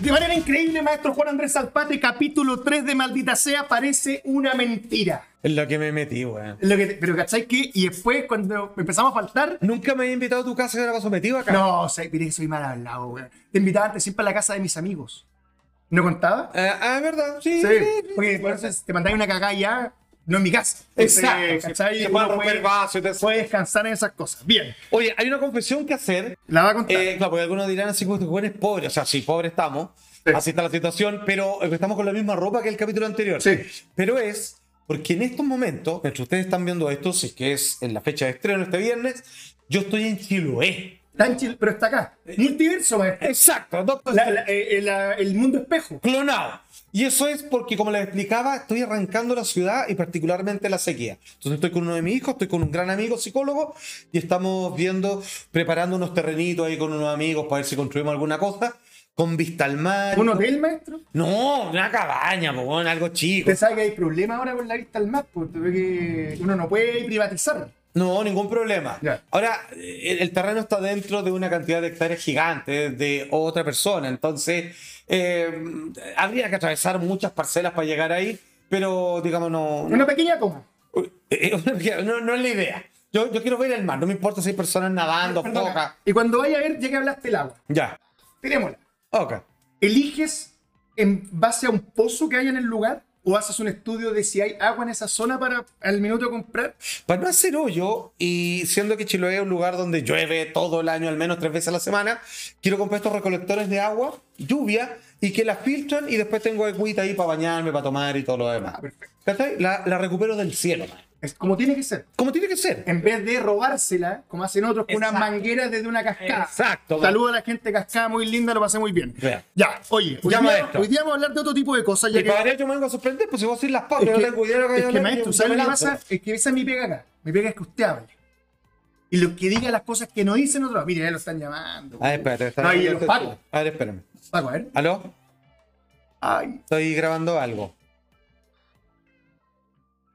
De manera increíble, maestro Juan Andrés Alpate, capítulo 3 de Maldita Sea, parece una mentira. Es lo que me metí, weón. Lo que te- pero ¿cachai que? Y después, cuando empezamos a faltar, Nunca me había invitado a tu casa y ahora paso metido acá. no, sé, mire que soy mal hablado, weón. Te invitaba antes siempre a la casa de mis amigos. ¿No contaba? Ah, ah, es verdad. Sí. Sí, sí, sí. porque por eso es- te mandáis una cagada ya, no en mi casa. Exacto, sí. ¿cachai? Se Uno puede puede, romper vasos y todo eso. puede descansar en esas cosas. Bien, Oye, hay una confesión que hacer. la va a contar. Eh, claro, porque algunos dirán así como este weón es pobre. O sea, sí, pobre estamos. Sí. Así está la situación, pero eh, estamos con la misma ropa que el capítulo anterior. Sí. Pero es porque en estos momentos, mientras ustedes están viendo esto, si es que es en la fecha de estreno este viernes, yo estoy en Chiloé. Está en Chile, pero está acá. Multiverso, maestro. eh, Exacto, doctor. La- la- eh, eh, la- el mundo espejo. clonado. Y eso es porque, como les explicaba, estoy arrancando la ciudad y particularmente la sequía. Entonces estoy con uno de mis hijos, estoy con un gran amigo psicólogo y estamos viendo, preparando unos terrenitos ahí con unos amigos para ver si construimos alguna cosa con vista al mar. ¿Un hotel, maestro? No, una cabaña, po, weón, algo chico. Usted sabe que hay problemas ahora con la vista al mar, pues, porque que uno no puede privatizar. No, ningún problema. Ya. Ahora, el, el terreno está dentro de una cantidad de hectáreas gigantes de otra persona, entonces eh, habría que atravesar muchas parcelas para llegar ahí, pero digamos no... no- Una pequeña coma. Eh, eh, No, no es la idea. Yo, yo quiero ver el mar, no me importa si hay personas nadando, Perdona. foca. Y cuando vaya a ver, ya que hablaste el agua, Ya, tirémosla. ok. ¿Eliges en base a un pozo que hay en el lugar? ¿O haces un estudio de si hay agua en esa zona para al minuto comprar? Para Pues no hacer hoyo, y siendo que Chiloé es un lugar donde llueve todo el año, al menos tres veces a la semana, quiero comprar estos recolectores de agua, lluvia, y que la filtran y después tengo agüita ahí para bañarme, para tomar y todo lo demás. Ah, perfecto. ¿Cachai? La, la recupero del cielo, man. Es como tiene que ser. Como tiene que ser. En vez de robársela, como hacen otros, con una Exacto. manguera desde una cascada. Exacto, man. Saludo a la gente de cascada, muy linda, lo pasé muy bien. Ya. Ya, oye, hoy día, Ya, maestro. hoy día vamos a hablar de otro tipo de cosas. Ya Y que- para variar, yo me vengo a sorprender, pues si vos decís las Es papas, yo que, tengo idea de lo que es yo que, le- maestro, yo ¿sabe me lo que lanzo. pasa? Es que esa es mi pega acá. Mi pega es que usted hable. Y lo que diga las cosas que no dicen otros. Mire, ya lo están llamando. A ver, espérate. está- No, y los pacos. A ver, espérame. Paco, a ver. ¿Aló? Ay. Estoy grabando algo.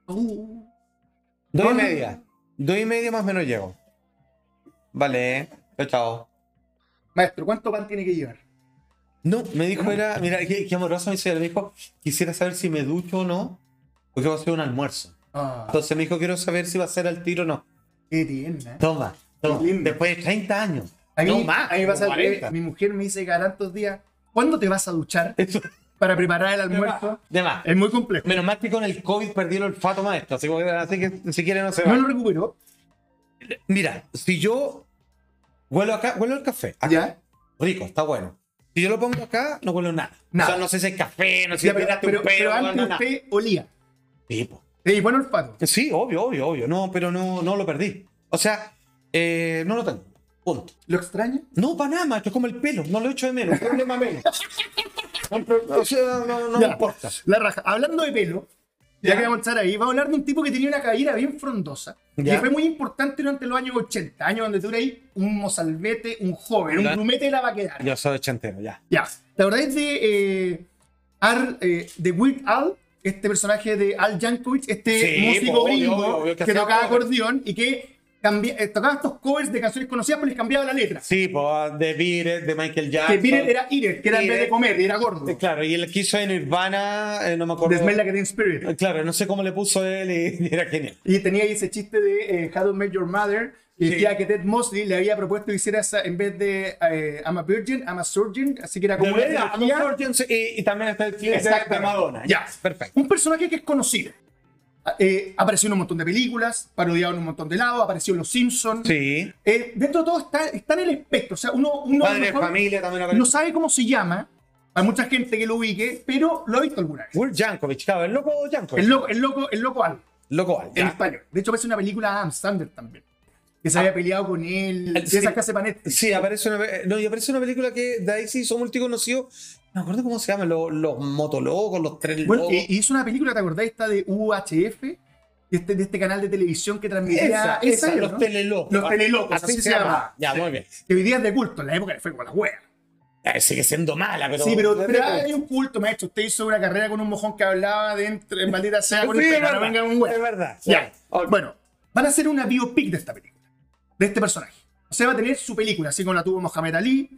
uh. Dos y No, no. media. Dos y media más o menos llego. Vale. Chao, Chao. Maestro, ¿cuánto pan tiene que llevar? No, me dijo era. Mira, qué, qué amoroso me hizo. Me dijo, quisiera saber si me ducho o no. Porque va a ser un almuerzo. Ah, Entonces me dijo, quiero saber si va a ser al tiro o no. qué tierna. Toma. toma. Qué lindo. Después de 30 años. A mí, no más. a mí me pasa como al revés. 40. Mi mujer me dice cada tantos días, ¿cuándo te vas a duchar Eso- para preparar el almuerzo? De más. Es muy complejo. Menos mal que con el COVID perdí el olfato maestro. Así que, así que si quiere no se va. ¿No lo recuperó? Mira, si yo huelo acá, huelo el café. Acá. ¿Ya? Rico, está bueno. Si yo lo pongo acá, no huelo nada. Nada. O sea, no sé si es café, no sé Ya, si pero, tiraste pero- un pelo, pero no, antes no, nada. usted olía. Sí, po. Y buen olfato. Sí, obvio, obvio, obvio. No, pero no, no lo perdí. O sea, eh, no lo tengo. Punto. ¿Lo extraña? No, para nada, macho, es como el pelo. No lo echo de menos. Problema menos. No, pero- o sea, no, no me Ya, importa. La raja. Hablando de pelo, ya, Ya. que vamos a estar ahí, vamos a hablar de un tipo que tenía una cabellera bien frondosa. Ya. Que fue muy importante durante los años 80, años donde tú eras un mozalbete, un joven, un Ya. grumete de la vaquedad. Ya. Yo soy chantero, ya. ¿Te acordás de, eh, Ar- eh, de Weird Al? Este personaje de Al Jankovic, este Sí, músico po, obvio, gringo obvio, obvio, que, que hacía tocaba covers. acordeón y que cambia- eh, tocaba estos covers de canciones conocidas, pero les cambiaba la letra. Sí, pues, de Beatles, de Michael Que Jackson. Peter era Iret, que era en vez de Iret. comer, y era gordo. Eh, Claro, y el que hizo en Nirvana, eh, no me De acuerdo. Smell Like Teen Spirit. Eh, Claro, no sé cómo le puso él y, y era genial. Y tenía ahí ese chiste de eh, How to Make Your Mother. Y Sí. decía que Ted Mosley le había propuesto que hiciera esa, en vez de eh, I'm a Virgin, I'm a Surgeon. Así que era como. De una verdad, Adam trilogía. Sorgent, y, y también está el clip de, Exactamente. de Madonna. Ya. perfecto. Un personaje que es conocido. Eh, apareció en un montón de películas, parodiado en un montón de lados, apareció en Los Simpsons. Sí. Eh, dentro de todo está, está en el espectro. O sea, uno. uno a lo Padre de mejor familia también aparece. No sabe cómo se llama. Hay mucha gente que lo ubique, pero lo ha visto alguna vez. Will Jankovic, claro, el loco Jankovic. El loco, el loco, el loco algo. loco Al, en ya. español. De hecho, parece una película de Adam Sandler también. Que se había peleado con él. El- de esa sí. clase para Netflix. Sí, aparece una, ve- no, y aparece una película que de ahí sí son multiconocidos. No me acuerdo cómo se llaman, los, los motolocos, los tres Bueno, locos. y, y hizo una película, ¿te acordás? Esta de UHF, de este, de este canal de televisión que transmitía. Esa, esa, era, los ¿no? telelocos. Los telelocos, Así, se, llama. llama. Ya, muy bien. Que hoy día es de culto, en la época fue como la wea. Eh, sigue siendo mala, pero. sí, pero, pero hay un culto, maestro. Usted hizo una carrera con un mojón que hablaba de entre, en maldita sea, con Sí, el es pecado, verdad, venga un wea. Es verdad. Ya. Ok. Bueno, van a hacer una biopic de esta película, de este personaje. O sea, va a tener su película, así como la tuvo Mohamed Ali,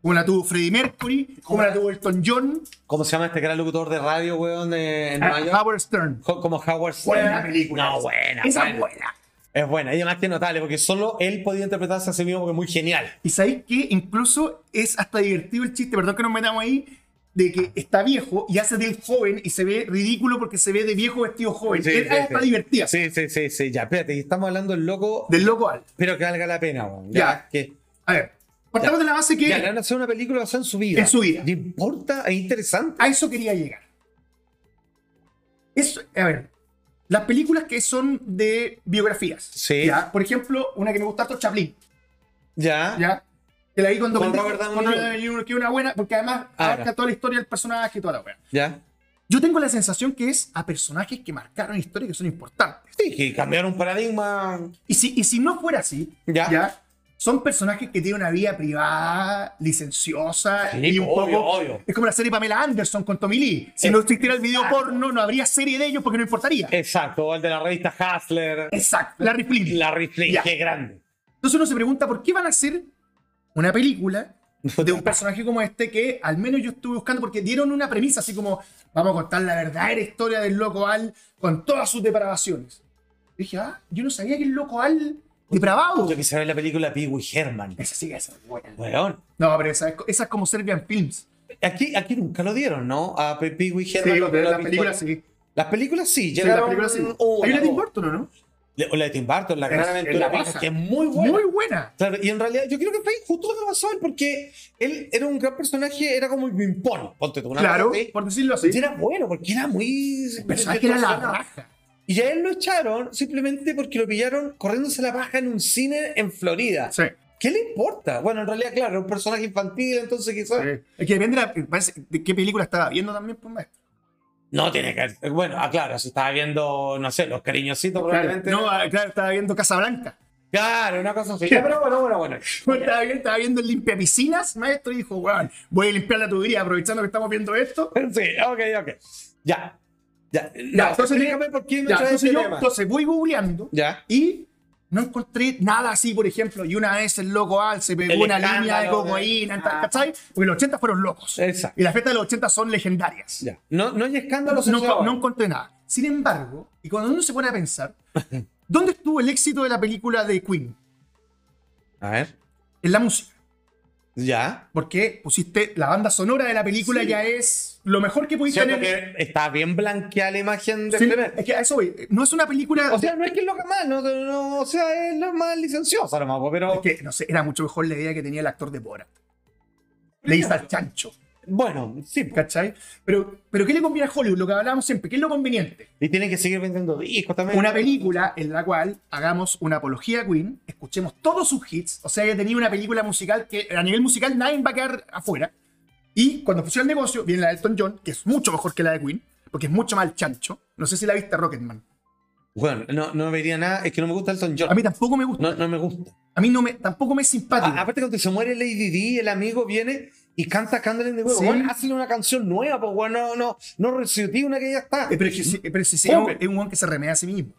Como la tuvo Freddie Mercury, como la tuvo Elton John, ¿Cómo se llama este gran locutor de radio, weón, eh, en Nueva eh, York? Howard Stern. Jo- Como Howard Stern. Buena película. No, buena. Esa es buena. buena. Es buena, y además que notable, porque solo él podía interpretarse a sí mismo, porque es muy genial. Y sabéis que incluso es hasta divertido el chiste, perdón que nos metamos ahí, de que está viejo y hace del joven y se ve ridículo porque se ve de viejo vestido joven. Sí, es sí, hasta sí. divertida. Sí, sí, sí, sí, ya, espérate, y estamos hablando del loco, Del loco al. pero que valga la pena, weón. Ya, Ya. que. A ver, partamos de Ya. la base que Ya, le van a hacer una película basada en su vida. En su vida. No importa, es interesante. a eso quería llegar. Eso, a ver, las películas que son de biografías. Sí. ¿ya? Por ejemplo, una que me gusta harto, Chaplin. Ya. ¿ya? Que la vi cuando Con Robert Downey con Robert Jr. Downey Jr., que es una buena, porque además Ahora. abarca toda la historia del personaje y toda la buena. Ya. Yo tengo la sensación que es a personajes que marcaron historias que son importantes. Sí, que cambiaron paradigma. Y si, y si no fuera así, Ya. ya. son personajes que tienen una vida privada, licenciosa Sí, y un obvio, poco. obvio. Eh, Es como la serie Pamela Anderson con Tommy Lee. Si no existiera el video porno, no habría serie de ellos porque no importaría. Exacto, o el de la revista Hustler. Exacto, Larry Flynn. Larry Flynn, Ya. qué grande. Entonces uno se pregunta por qué van a hacer una película de un personaje como este que al menos yo estuve buscando porque dieron una premisa así como vamos a contar la verdadera historia del loco Al con todas sus depravaciones. Y dije, ah, yo no sabía que el loco Al depravado. Yo quise ver la película Pee Wee Herman. Esa sí que es buena. Weón. No, pero esa es, esa es como Serbian Films. Aquí, aquí nunca lo dieron, ¿no? A Pe- Pee Wee Herman. Sí, lo- pero lo- las películas sí. Las películas sí. Sí, llegaron las películas sí. una, Hay una de Tim dos. Burton, ¿o ¿no? Le- O la de Tim Burton, la Es- gran es aventura la Pee Wee, baja. que es muy buena. Muy buena. Claro, y en realidad yo creo que fue justo lo que pasó a él, porque él era un gran personaje, era como el Wimpón. Ponte tú una Claro, cosa así. por decirlo así. Y era bueno, porque era muy... El personaje era la raja. Y a él lo echaron simplemente porque lo pillaron corriéndose la baja en un cine en Florida. Sí. ¿Qué le importa? Bueno, en realidad, claro, era un personaje infantil, entonces quizás... Sí. Es que depende de, la- parece- de qué película estaba viendo también, por maestro. No tiene que ver. Bueno, ah, claro, si estaba viendo, no sé, los cariñositos Claro, probablemente. no, ah, claro, estaba viendo Casablanca. Claro, una cosa así. Ya, Pero bueno, bueno, bueno. Bueno, Pues Estaba, viendo, estaba viendo el limpia piscinas, maestro, y dijo, weón, voy a limpiar la tubería aprovechando que estamos viendo esto. Sí, ok, ok. Ya. Ya. No, entonces- explícame por qué no Ya, traes entonces, ese yo, tema. entonces voy googleando Ya. y no encontré nada así, por ejemplo, y una vez el loco Al se pegó El una línea de escándalo, cocaína, eh. tal, ¿cachai? Porque los 80 fueron locos. Exacto. Y las fiestas de los 80 son legendarias. Ya. No, no hay escándalos No, sociales. no encontré nada. Sin embargo, y cuando uno se pone a pensar, ¿dónde estuvo el éxito de la película de Queen? A ver. En la música. Ya. Porque pusiste la banda sonora de la película, Sí. ya es lo mejor que pudiste Siento tener. que está bien blanqueada la imagen de Sí, Clemente. es que a eso voy. No es una película. O sea, no es que es lo que más, no, no, no, o sea, es lo más licencioso, lo más, pero es que, no sé, era mucho mejor la idea que tenía el actor de Borat. Le hizo al chancho, bueno, sí. pues. po. ¿cachai? Pero, pero ¿qué le conviene a Hollywood? Lo que hablábamos siempre, ¿qué es lo conveniente? Y tienen que seguir vendiendo discos también. Una película en la cual hagamos una apología a Queen, escuchemos todos sus hits, o sea, ya tenía una película musical que a nivel musical nadie va a quedar afuera. Y cuando funciona el negocio, viene la de Elton John, que es mucho mejor que la de Queen, porque es mucho más chancho. No sé si la viste Rocketman. Bueno, no, no vería nada, es que no me gusta Elton A John. mí tampoco me gusta. No, no me gusta. A mí no me, tampoco me es simpático. A- Ah, aparte, cuando se muere Lady D, el amigo viene y canta Candle in the Wind. Sí. Bueno, hazle una canción nueva, pues, bueno, no, no, no resucité una que ya está. Eh, pero es que sí- eh, pero sí- sí, Hombre. es un guan que se remea a sí mismo.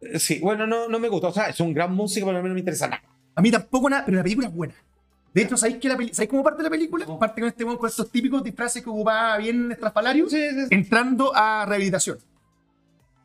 Eh, Sí, bueno, no, no me gusta. O sea, es un gran músico, pero a mí no me interesa nada. A mí tampoco nada, pero la película es buena. De hecho, ¿sabéis, que la peli- ¿sabéis cómo parte la película? Parte con este guan con estos típicos disfraces que ocupaba bien Estrafalario, Sí, sí, sí. entrando a rehabilitación.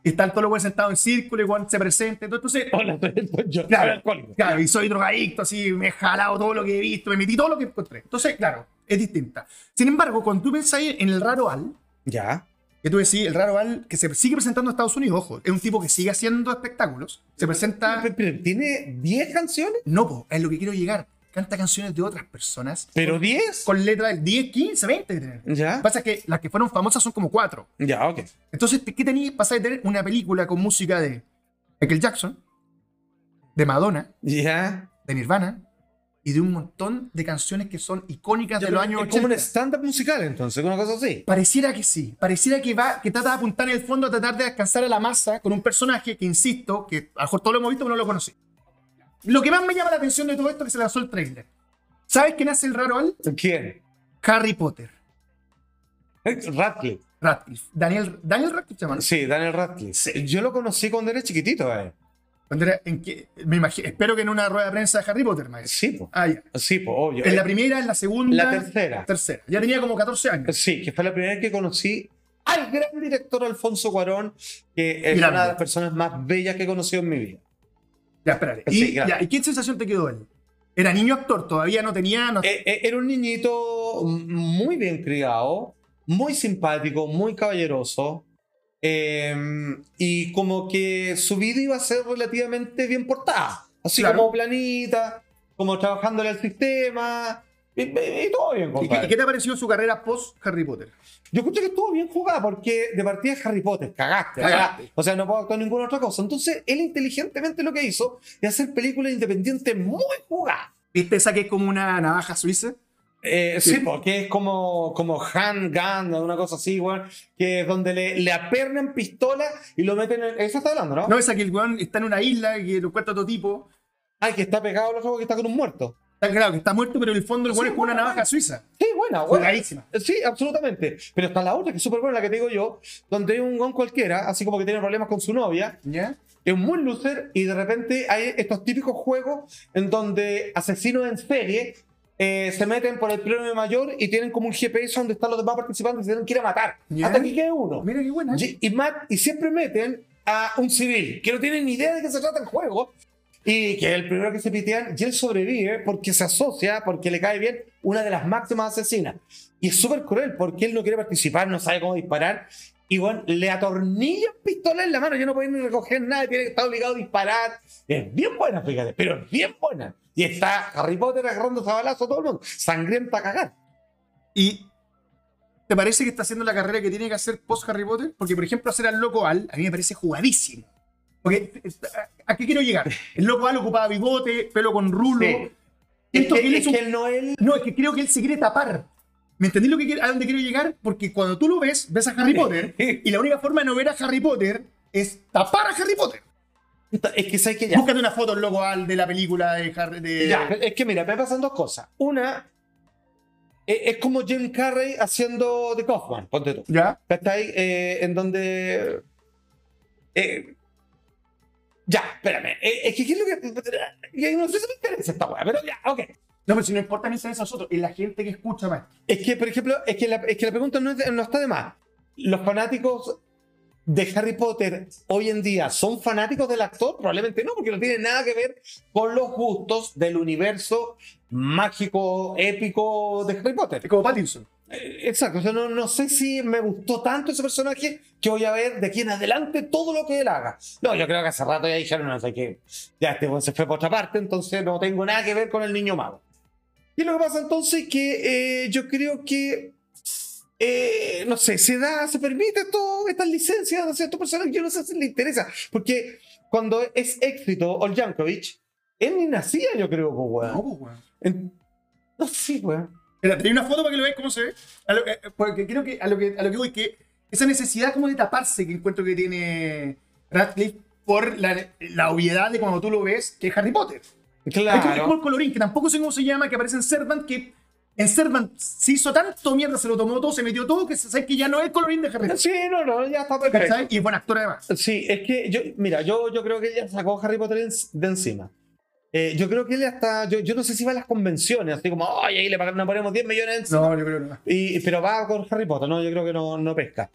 Están todos los buenos sentados en círculo, el guan se presenta. Entonces, Hola, soy Elton John. Claro. soy alcohólico. Claro, y soy drogadicto, así, me he jalado todo lo que he visto, me metí todo lo que encontré. Entonces, claro, es distinta. Sin embargo, cuando tú pensáis en el raro Al, Ya. Que tú decís, el raro Al, que se sigue presentando en Estados Unidos, ojo, es un tipo que sigue haciendo espectáculos, se presenta... Pero- pero ¿Tiene 10 canciones? No, po, es lo que quiero llegar. Canta canciones de otras personas ¿Pero 10? con letras del 10, 15, 20 que tener. Lo Ya. que pasa es que las que fueron famosas son como cuatro. Ya, ok. Entonces, ¿qué tenías? Pasás de tener una película con música de Michael Jackson, de Madonna, Ya. de Nirvana y de un montón de canciones que son icónicas de los años es como un 80. stand-up musical, entonces, una cosa así. Pareciera que sí, pareciera que va, que trata de apuntar en el fondo a tratar de alcanzar a la masa con un personaje que, insisto, que a lo mejor todos lo hemos visto, pero no lo conocí. Lo que más me llama la atención de todo esto es que se lanzó el trailer. ¿Sabes quién hace el raro al? ¿Quién? Harry Potter. Radcliffe. Radcliffe. Daniel, Daniel Radcliffe se llama. ¿no? Sí, Daniel Radcliffe. Yo lo conocí cuando era chiquitito, eh. Cuando era- en qué- me imagi- espero que en una rueda de prensa de Harry Potter, maestro. Sí, po. Ah, ya. Sí, po, obvio. En la primera, en la segunda. La tercera. tercera. Ya tenía como 14 años. Sí, que fue la primera vez que conocí al gran director Alfonso Cuarón, que es Grande. una de las personas más bellas que he conocido en mi vida. Ya, espérate. ¿Y, Sí, claro. ya, ¿y qué sensación te quedó él? Era niño actor, todavía no tenía. no- E- e- Era un niñito muy bien criado, muy simpático, muy caballeroso. eh, y como que su vida iba a ser relativamente bien portada. Así Claro. como planita, como trabajándole al sistema. Y, y- y todo bien, ¿Y qué, compadre. y qué te ha parecido su carrera post Harry Potter? Yo creo que estuvo bien jugada porque de partida es Harry Potter, cagaste, Cagaste. ¿verdad? O sea, no puedo actuar ninguna otra cosa. Entonces, él inteligentemente lo que hizo es hacer películas independientes muy jugadas. ¿Viste esa que es como una navaja suiza? Eh, Sí. sí. porque es como, como hand gun o una cosa así, weón, que es donde le, le apernan pistola y lo meten en. Eso está hablando, ¿no? No, esa que el weón está en una isla que lo encuentra todo tipo. Ay, que está pegado al otro que está con un muerto. Está claro que está muerto, pero en el fondo el Sí, weón es como una bueno, navaja bueno. suiza. Sí, buena, buena. Jugadísima. Sí, absolutamente. Pero está la otra, que es súper buena, la que te digo yo, donde hay un gon cualquiera, así como que tiene problemas con su novia, ¿Ya? es muy loser y de repente hay estos típicos juegos en donde asesinos en serie eh, se meten por el premio mayor y tienen como un GPS donde están los demás participantes y se tienen que ir a matar. Ya. Hasta que quede uno. Mira qué buena. ¿eh? Y, y mat- y siempre meten a un civil que no tiene ni idea de qué se trata el juego y que es el primero que se pitean y él sobrevive porque se asocia, porque le cae bien una de las máximas asesinas. Y es súper cruel porque él no quiere participar, no sabe cómo disparar. Y bueno, le atornillan pistola en la mano, ya no puede ni recoger nada, tiene que estar obligado a disparar. Es bien buena, fíjate, pero es bien buena. Y está Harry Potter agarrando balazo a todo el mundo, sangrienta a cagar. ¿Y te parece que está haciendo la carrera que tiene que hacer post Harry Potter? Porque, por ejemplo, hacer al Loco Al, a mí me parece jugadísimo. Porque, eh, ¿a qué quiero llegar? El Loco Al ocupaba bigote, pelo con rulo. Sí. Siento es que él que, es es un- que él no es... No, es que creo que él se quiere tapar. ¿Me entendí lo que quiero- a dónde quiero llegar? Porque cuando tú lo ves, ves a Harry Potter, y la única forma de no ver a Harry Potter es tapar a Harry Potter. Es que sabes que ya... Búscate una foto del Loco Al de la película de Harry. De... Ya, es que mira, me pasan dos cosas. Una, e- es, como Jim Carrey haciendo The Kaufman, ponte tú. ¿Ya? ¿Cachai? Eh, en donde. eh, ya, espérame. Eh, es que ¿qué es lo que. No sé si me interesa esta weá, pero ya, ok. No, pero si no importa, no es eso nosotros, es la gente que escucha más. Es que, por ejemplo, es que la, es que la pregunta no, es de- no está de más. ¿Los fanáticos de Harry Potter hoy en día son fanáticos del actor? Probablemente no, porque no tiene nada que ver con los gustos del universo mágico, épico de Harry Potter. Es como Pattinson. Eh, Exacto, o sea, no, no sé si me gustó tanto ese personaje que voy a ver de aquí en adelante todo lo que él haga. No, yo creo que hace rato ya dijeron, no sé qué, ya este weón se fue por otra parte, entonces no tengo nada que ver con el niño mago. Y lo que pasa entonces es que eh, yo creo que, eh, no sé, se da, se permite todo, estas licencias a ciertos personajes, yo no sé si le interesa, porque cuando es éxito Oljankovic, él ni nacía, yo creo, pues, No, weón. pues, weón. En- No, sí, weón. Espera, tenía una foto para que lo veas cómo se ve. A lo- eh, porque creo que a, lo que a lo que voy, que esa necesidad como de taparse que encuentro que tiene Radcliffe por la, la obviedad de cuando tú lo ves, que es Harry Potter. Es como- Es como Claro. el colorín, que tampoco sé cómo se llama, que aparece en Servant, que en Servant se hizo tanto mierda, se lo tomó todo, se metió todo, que se sabe que ya no es el colorín de Harry Potter. Sí, no, no, ya está perfecto. ¿cachai? Y es buen actor además. Sí, es que yo, mira, yo, yo creo que ella sacó a Harry Potter en- de encima. Eh, yo creo que él hasta, yo, yo no sé si va a las convenciones, así como, oye, ahí le pagamos, nos ponemos 10 millones. en-". No, yo creo que no. Y, pero va con Harry Potter, no, yo creo que no, no pesca.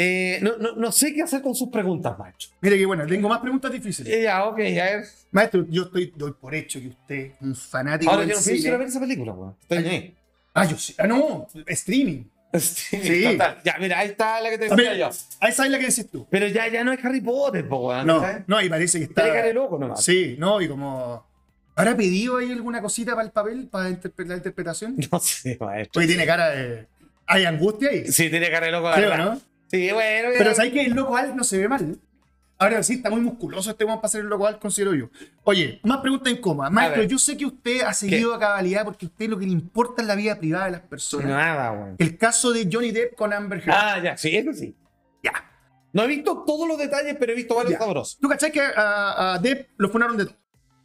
Eh, no, no, no sé qué hacer con sus preguntas, macho. Mira que bueno, tengo más preguntas difíciles. Eh, ya, ok, ya es. Maestro, yo estoy, doy por hecho que usted es un fanático Ahora del yo no pienso cine. ir a ver esa película, weón. Estoy ahí. Ah, yo sí. Ah, no, streaming. Sí, Sí. total. Ya, mira, ahí está la que te A decía ver, yo. ah, esa es la que decís tú. Pero ya, ya no es Harry Potter, po, weón. No, Ah, ¿sabes? no, y parece que está. Tiene cara de loco nomás. Sí, no, y como. ¿Habrá pedido ahí alguna cosita para el papel, para interpre- la interpretación? No sé, maestro. Porque tiene cara de. Hay angustia ahí. Sí, tiene cara de loco, Creo, ¿verdad? ¿no? Sí, bueno. Pero ya- sabes que el loco Al no se ve mal. Ahora sí, está muy musculoso este weón para ser el loco Al, considero yo. Oye, más preguntas en coma. Maestro, ver. yo sé que usted ha seguido a cabalidad porque a usted lo que le importa es la vida privada de las personas. Nada, weón. El caso de Johnny Depp con Amber Heard. Ah, ya, sí, eso sí. Ya. No he visto todos los detalles, pero he visto varios Ya. sabrosos. ¿Tú cachai que a, a Depp lo funaron de todo?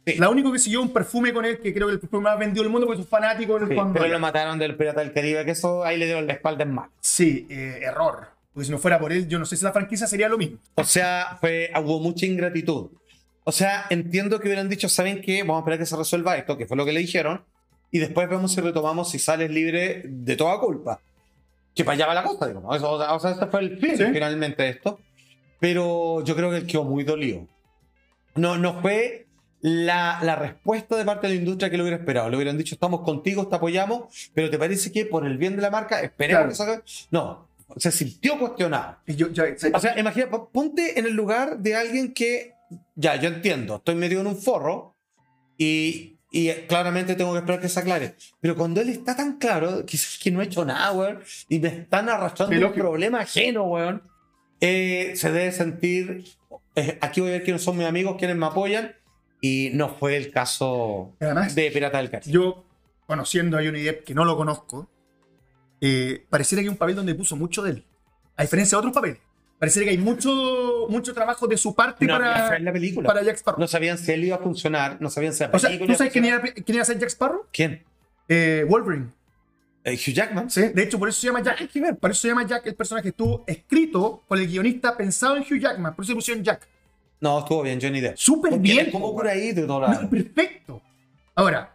Sí. La único que siguió un perfume con él, que creo que el perfume más vendido del mundo porque es un fanático del Sí, Juan pero Roy. lo mataron del Pirata del Caribe, que eso ahí le dieron la espalda en mal. Sí, eh, error. Porque si no fuera por él, yo no sé si la franquicia sería lo mismo. O sea, fue, hubo mucha ingratitud. O sea, entiendo que hubieran dicho, ¿saben qué? Vamos a esperar que se resuelva esto, que fue lo que le dijeron. Y después vemos si retomamos si sales libre de toda culpa. Que para allá va la cosa, digamos. Eso, o sea, o sea, este fue el fin Sí. finalmente de esto. Pero yo creo que él quedó muy dolido. No, no fue la, la respuesta de parte de la industria que lo hubiera esperado. Le hubieran dicho, estamos contigo, te apoyamos, pero ¿te parece que por el bien de la marca Claro. esperemos que salga? No, se sintió cuestionado. Y yo, yo- O sea, imagina, po- ponte en el lugar de alguien que, ya, yo entiendo, estoy metido en un forro y, y eh, claramente tengo que esperar que se aclare. Pero cuando él está tan claro, quizás que no he hecho nada, weón, y me están arrastrando Sí, un lógico. problema ajeno, weón, eh, se debe sentir, eh, aquí voy a ver quiénes son mis amigos, quiénes me apoyan, y no fue el caso Además- de Pirata del Caribe. yo, conociendo a Johnny Depp, que no lo conozco, eh, pareciera que hay un papel donde puso mucho de él. A diferencia de otros papeles. Pareciera que hay mucho, mucho trabajo de su parte No, ya fue para, en la película. para Jack Sparrow. No sabían si él iba a funcionar, no sabían si la o sea, película ¿tú iba a sabes quién funcionar. iba, quién iba a ser Jack Sparrow? ¿Quién? Eh, Wolverine. Eh, Hugh Jackman. Sí, De hecho, por eso se llama Jack. Por eso se llama Jack el personaje. Estuvo escrito por el guionista pensado en Hugh Jackman. Por eso le pusieron Jack. No, estuvo bien, Johnny Depp. Súper Porque bien. Como po, por ahí de No, perfecto. Ahora,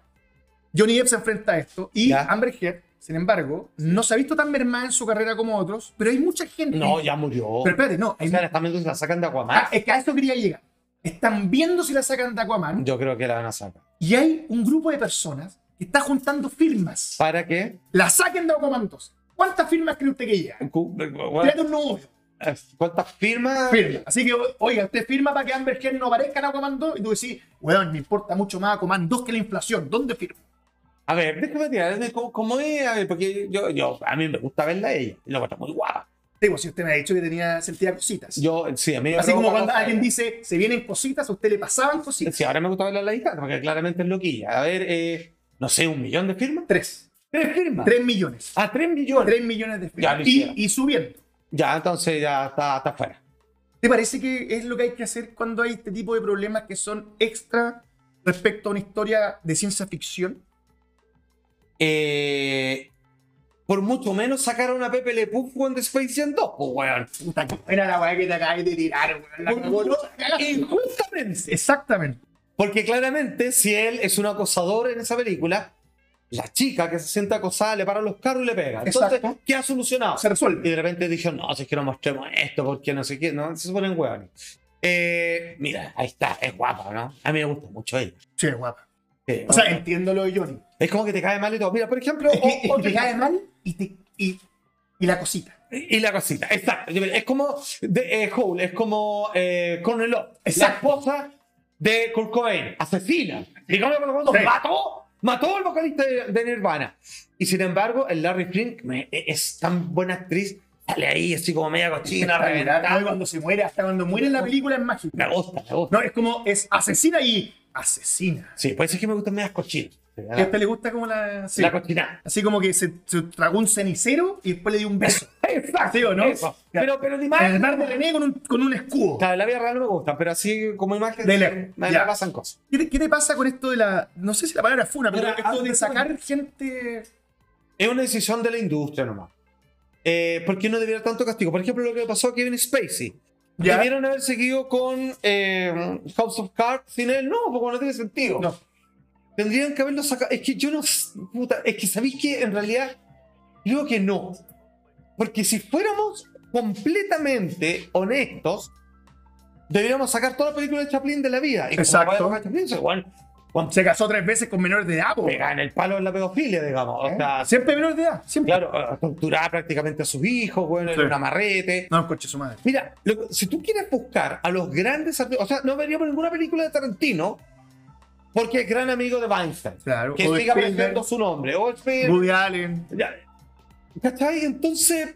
Johnny Depp se enfrenta a esto y Ya. Amber Heard, sin embargo, no se ha visto tan mermada en su carrera como otros, pero hay mucha gente. No, ya murió. Pero espérate, no. o hay- sea, están viendo si la sacan de Aquaman. Ah, es que a eso quería llegar. Están viendo si la sacan de Aquaman Yo creo que la van a sacar. y hay un grupo de personas que está juntando firmas. ¿Para qué? La saquen de Aquaman 2. ¿Cuántas firmas cree usted que llega? Cu- eh, Créate un nuevo. ¿Cuántas firmas? Firma. Así que, oiga, usted firma para que Amber Heard no aparezca en Aquaman 2 y tú decís, weón, me importa mucho más Aquaman 2 que la inflación. ¿Dónde firmo? A ver, déjame tirar. ¿Cómo, cómo es? A ver, porque yo, yo, a mí me gusta verla a ella. Y la está muy guapa. Digo, si usted me ha dicho que tenía sentía cositas. Yo, sí, a mí me Así como provoca cuando cosas. alguien dice, se vienen cositas, a usted le pasaban cositas. Sí, ahora me gusta verla a la distancia, porque claramente es loquilla. A ver, eh, no sé, un millón de firmas. Tres. Tres firmas. Tres millones. A tres millones. Tres millones de Ah. Ya firmas. lo Y, hicieron. y subiendo. Ya, entonces ya está, está fuera. ¿Te parece que es lo que hay que hacer cuando hay este tipo de problemas que son extra respecto a una historia de ciencia ficción? Eh, por mucho menos sacaron a Pepe Le Puff weón, de Space Jam 2, pues, weón. Puta, que era la weá que te acabas de tirar, weón. La cagó, no, la cagaste. eh, Injustamente. Exactamente. Porque claramente, si él es un acosador en esa película, la chica que se siente acosada le para los carros y le pega. Entonces, Exacto. ¿qué ha solucionado? Se Y resuelve. de repente dijeron, no, si es que no mostremos esto, porque no sé qué, no, se ponen huevones. Eh, mira, ahí está, es guapa, ¿no? A mí me gusta mucho ella. Sí, guapa. Sí, O sea, bueno. entiendo lo de Johnny. es como que te cae mal y todo. Mira, por ejemplo, Es que, es que o- te otro- cae mal y, te- y, y la cosita. Y la cosita, exacto. Yo- Es como de, eh, Hole, es como eh, Cornel Love, la Exacto. esposa de Kurt Cobain, asesina. Digamos que por lo menos Sí. mató, mató al vocalista de, de Nirvana. Y sin embargo, el Larry Flint me- e- es tan buena actriz, sale ahí así como media cochina, Espectacular, reventada. ¿no? cuando se muere, hasta cuando muere en la película es mágico. Me gusta, me gusta. No, es como, es asesina y asesina. Sí, por eso es que me gustan medias cochinas. Que a La, este le gusta como la... sí. Ah. la cochina. Así como que se, se tragó un cenicero y después le dio un beso. Exacto, ¿Sí o no? eso. Pero, pero la En imagen. el mar de René con un, con un escudo. Claro, la vida real no me gusta, pero así como imagen De lejos, me, me ya. pasan cosas. ¿Qué te, qué te pasa con esto de la... No sé si la palabra es funa, pero Mira, esto de ah, sacar gente... Es una decisión de la industria nomás. Eh, ¿Por qué no debiera tanto castigo? Por ejemplo, lo que le pasó a Kevin Spacey. Ya. Debieron haber seguido con eh, House of Cards sin él. No, porque no tiene sentido. No. Tendrían que haberlo sacado. Es que yo no. s- puta, es que sabéis que en realidad creo que no. Porque si fuéramos completamente honestos, deberíamos sacar toda la película de Chaplin de la vida. Y como Exacto. vaya a Chaplin, igual, Juan Se casó tres veces con menores de edad, po. pega en el palo en la pedofilia, digamos. ¿Eh? O sea, Siempre menores de edad, siempre. Claro, eh, torturaba prácticamente a sus hijos, bueno, Sí. era un amarrete. No, coche su madre. Mira, lo que- si tú quieres buscar a los grandes artistas, o sea, no veríamos ninguna película de Tarantino porque es gran amigo de Weinstein. Claro. Que o de siga Spielberg, apareciendo su nombre. O Spielberg, Woody Allen. ya. ¿Cachai? Entonces,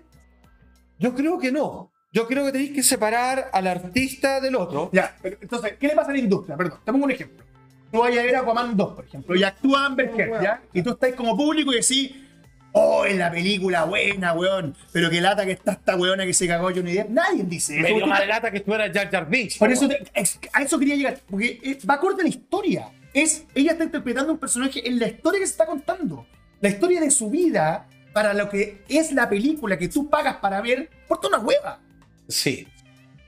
yo creo que no. Yo creo que tenéis que separar al artista del otro. Ya, pero entonces, ¿qué le pasa a la industria? Perdón, te pongo un ejemplo. Tú vas a ver a Command 2, por ejemplo, y actúa Amber Heard, ¿ya? Y tú estás como público y decís, oh, en la película buena, weón, pero qué lata que está esta weona que se cagó Johnny Depp. Nadie dice Me dio eso. más lata que estuviera Jar Jar Binks. pues, Por eso, te- es- a eso quería llegar, porque eh, va acorde a la historia. Es, ella está interpretando un personaje en la historia que se está contando. La historia de su vida para lo que es la película que tú pagas para ver, por una hueva. Sí.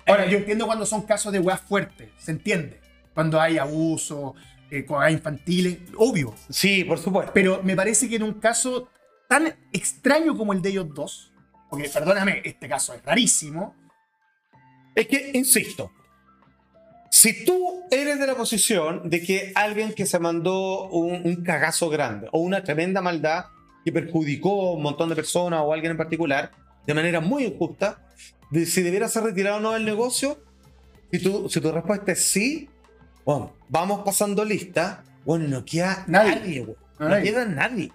Ahora, yo entiendo cuando son casos de weas fuertes, se entiende. cuando hay abuso, eh, cuando hay infantiles, obvio. Sí, por supuesto. Pero me parece que en un caso tan extraño como el de ellos dos, porque perdóname, este caso es rarísimo, Es que, insisto, si tú eres de la posición de que alguien que se mandó un, un cagazo grande o una tremenda maldad que perjudicó a un montón de personas o a alguien en particular de manera muy injusta, de si debiera ser retirado o no del negocio, si tu, si tu respuesta es sí, bueno, vamos pasando lista, bueno, no queda Nadie. nadie, weón. Nadie. no queda nadie.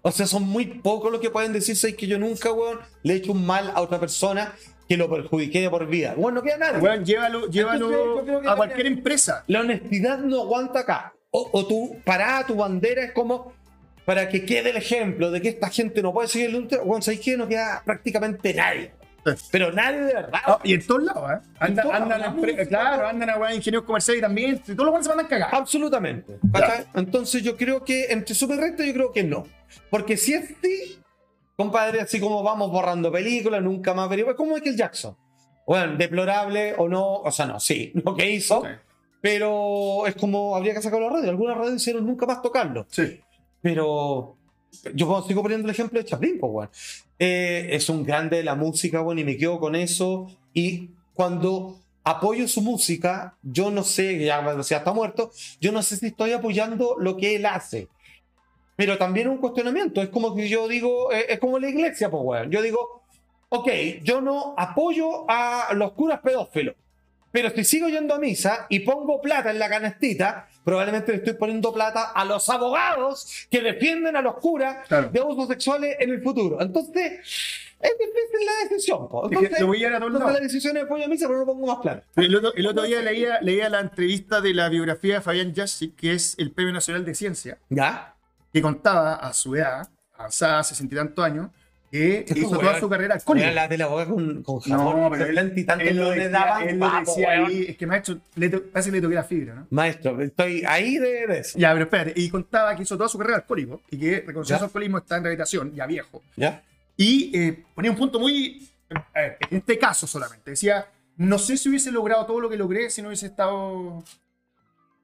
O sea, son muy pocos los que pueden decirse que yo nunca, weón, le he hecho un mal a otra persona que lo perjudiqué de por vida. Bueno, no queda nadie. Weón, llévalo, llévalo yo creo que a también- cualquier empresa. La honestidad no aguanta acá. O, o tu parada, tu bandera es como para que quede el ejemplo de que esta gente no puede seguir el Bueno, ¿sabéis qué? No queda prácticamente nadie. Pero nadie de verdad. Ah, y en todos lados, ¿eh? Anda- todos andan, lados, a empre- música, claro, andan a weón, ingenieros comerciales también. y Todos los buenos se mandan cagados. Ah, Absolutamente. ¿Cachai? Entonces yo creo que entre super recta yo creo que no. Porque si es sí, compadre, así como vamos borrando películas, nunca más averiguar, como Michael Jackson. Bueno, deplorable o no, o sea, no, sí, lo que hizo, Sí. pero es como habría que sacarlo a la radio. Algunas radios hicieron nunca más tocarlo. Sí. Pero yo puedo- sigo poniendo el ejemplo de Chaplin, pues, weón. Eh, es un grande de la música, weón, y me quedo con eso. Y cuando apoyo su música, yo no sé, ya, o sea, está muerto, yo no sé si estoy apoyando lo que él hace. Pero también es un cuestionamiento, es como que yo digo, eh, es como la iglesia, pues, weón. Yo digo, ok, yo no apoyo a los curas pedófilos. Pero si sigo yendo a misa y pongo plata en la canastita, probablemente le estoy poniendo plata a los abogados que defienden a los curas Claro. de abusos sexuales en el futuro. Entonces, es difícil la decisión. po. Es que Entonces, lo voy a llevar a todos entonces lados. la decisión es apoyo a misa, pero no pongo más plata. El otro, el otro día leía, leía la entrevista de la biografía de Fabián Jassic, que es el Premio Nacional de Ciencia, ¿Ya? que contaba a su edad, avanzada, sesenta y tantos años, que Qué hizo toda weón. su carrera Mira alcohólica. la de la boca con, con jabón. No, pero él, Tanto y tanto él lo no le decía, daban él lo papo, decía weón. ahí, es que maestro, le to- parece que le toqué la fibra, ¿no? Maestro, estoy ahí de, de eso. Ya, pero espérate, y contaba que hizo toda su carrera alcohólico y que reconoció Ya. su alcoholismo, está en rehabilitación, ya viejo. ¿Ya? Y eh, ponía un punto muy. a ver, en este caso solamente. Decía: No sé si hubiese logrado todo lo que logré si no hubiese estado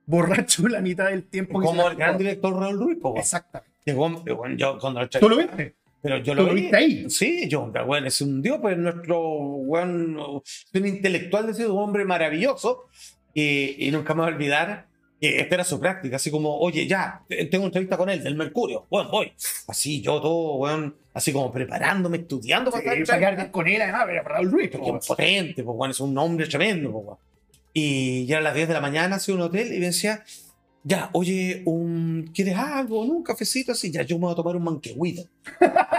borracho la mitad del tiempo. que se Como me el gran tocó". director Raúl Ruiz, po, weón. Exactamente. Que, weón, weón, yo cuando lo ¿Tú lo viste? Pero yo ¿Tú lo, lo vi. viste ahí? Sí, yo, pero, bueno, es un dios, pues nuestro weón, es un intelectual, es un hombre maravilloso. Y, y nunca me voy a olvidar que esta era su práctica, así como, oye, ya, te- tengo una entrevista con él, del Mercurio, bueno, voy. Así yo todo, weón, así como preparándome, estudiando Sí, para esta para quedar entrevista. bien con él, además, pero para Raúl Ruiz. Porque po. es potente, pues, bueno, es un hombre tremendo. Pues, bueno. Y ya a las 10 de la mañana hacía un hotel y me decía, ya, oye, un, ¿quieres algo? ¿Un cafecito así? Ya, yo me voy a tomar un manquehuido.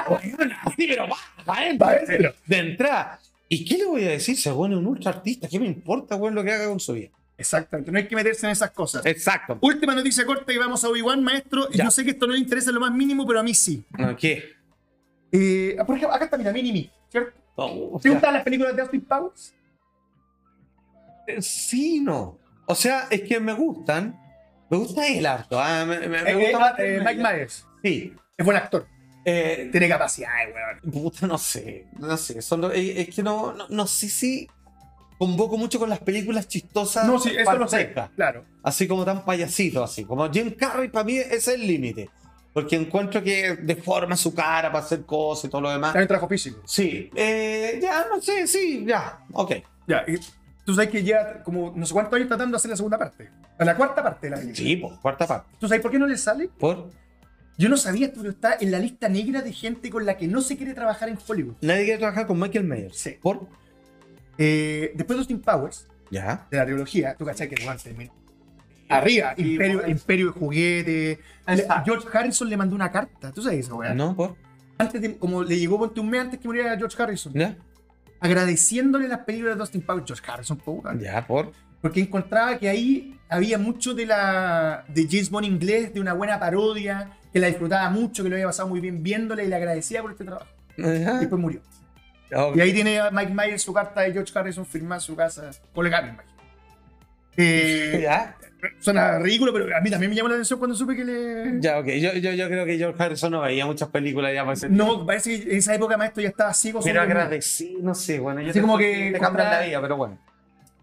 Bueno, así, pero va, va, entra, Va, véntelo. de entrada. ¿Y qué le voy a decir? Se bueno, es un ultra artista, ¿qué me importa, bueno, lo que haga con su vida? Exactamente. No hay que meterse en esas cosas. Exacto. Última noticia corta y vamos a Obi-Wan, maestro. Y Eh. Ya. yo sé que esto no le interesa en lo más mínimo, pero a mí sí. ¿Qué? Eh, por ejemplo, acá está, mira, Mini Me, ¿cierto? Oh, ¿Te ya. gustan las películas de Austin Powers? Eh, Sí, no. O sea, es que me gustan. Me gusta el harto. Ah, me, me- me Eh, eh, gusta más eh, el- Mike Myers. Sí. Es buen actor. Eh, Tiene capacidades, weón. Puta, no sé, no sé. Son lo- eh, es que no, no, no sé si convoco mucho con las películas chistosas. No, sí, eso lo sé. parcecas, Claro. Así como tan payasito, así. Como Jim Carrey, para mí ese es el límite. Porque encuentro que deforma su cara para hacer cosas y todo lo demás. También trabajo físico. Sí, eh, ya, no sé, sí, ya, ok. Ya, y tú sabes que ya como no sé cuántos años tratando de hacer la segunda parte. O La cuarta parte de la película. Sí, po, cuarta parte. ¿Tú sabes por qué no le sale? Por Yo no sabía esto, pero está en la lista negra de gente con la que no se quiere trabajar en Hollywood. Nadie quiere trabajar con Michael Myers. Sí. Por. Eh, después de Austin Powers, Ya. de la trilogía, tú cachai que el weón terminó. Arriba, Sí, Imperio, bueno. Imperio de Juguete. Exacto. George Harrison le mandó una carta, ¿tú sabes eso, weón? No, por. Antes de- como le llegó ponte un mes antes que muriera George Harrison. Ya. agradeciéndole las películas de Austin Powers, George Harrison, po, weón. Ya, por. porque encontraba que ahí había mucho de la de James Bond inglés, de una buena parodia, que la disfrutaba mucho, que lo había pasado muy bien viéndola y le agradecía por este trabajo. Ya, Y después murió. ok. Y ahí tiene a Mike Myers su carta de George Harrison firmada en su casa, colgada, me imagino. Eh, Ya. suena ridículo, pero a mí también me llamó la atención cuando supe que le... Ya, ok. Yo, yo, yo creo que George Harrison no veía muchas películas ya para ese No, parece que en esa época maestro ya estaba ciego. Pero sordo, agradecí, no sé, bueno, yo Así como te- que te cambian cuando- la vida, pero bueno.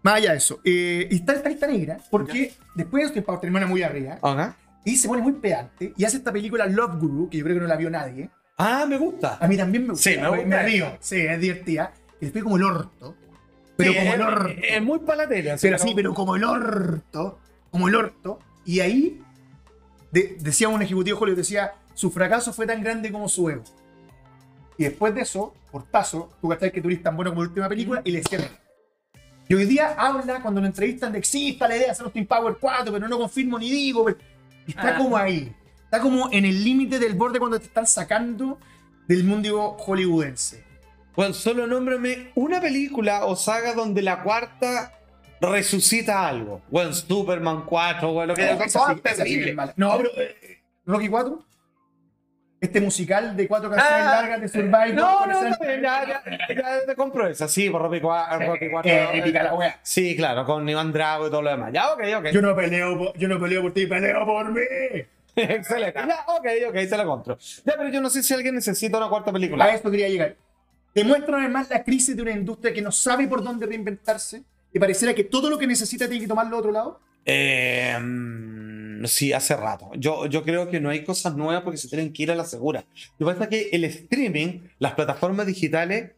Más allá de eso. eh, y está esta lista negra porque después de Power termina muy arriba Ajá. y se pone muy pedante y hace esta película Love Guru, que yo creo que no la vio nadie. Ah, me gusta. A mí también me gusta. Sí, me gusta. río. Sí, es divertida. Y después como el orto. Pero Sí, como es, el orto. es muy para la tele. así pero como- sí, pero como el orto. Como el orto. Y ahí de- decía un ejecutivo Hollywood, decía, su fracaso fue tan grande como su ego. Y después de eso, portazo, tú gastas que tú eres tan bueno como la última película y le cierran. Y hoy día habla cuando lo entrevistan de exista la idea de hacer los Team Power 4, pero no confirmo ni digo. pero- y está Ah. como ahí. Está como en el límite del borde cuando te están sacando del mundo hollywoodense. Bueno, solo nómbrame una película o saga donde la cuarta resucita algo. Bueno, Superman 4, bueno, lo que Oh, Esa sí- son esa sí que terribles. es mala. No, pero eh, Rocky 4. Este musical de cuatro canciones Ah, largas de Survivor. No, por no, ejemplo. no, ya, ya, ya te compro esa. Sí, por Rocky 4. Rocky cuatro, Eh, épica la wea. Sí, claro, con Iván Drago y todo lo demás. Ya, ok, ok. Yo no peleo, por- yo no peleo por ti, peleo por mí. Excelente. Ya, ok, ok, se la compro. Ya, pero yo no sé si alguien necesita una cuarta A película. esto quería llegar. Demuestra además la crisis de una industria que no sabe por dónde reinventarse y pareciera que todo lo que necesita tiene que tomarlo a otro lado. Eh, mm, sí, hace rato. Yo, yo creo que no hay cosas nuevas porque se tienen que ir a la segura. Lo que pasa es que el streaming, las plataformas digitales,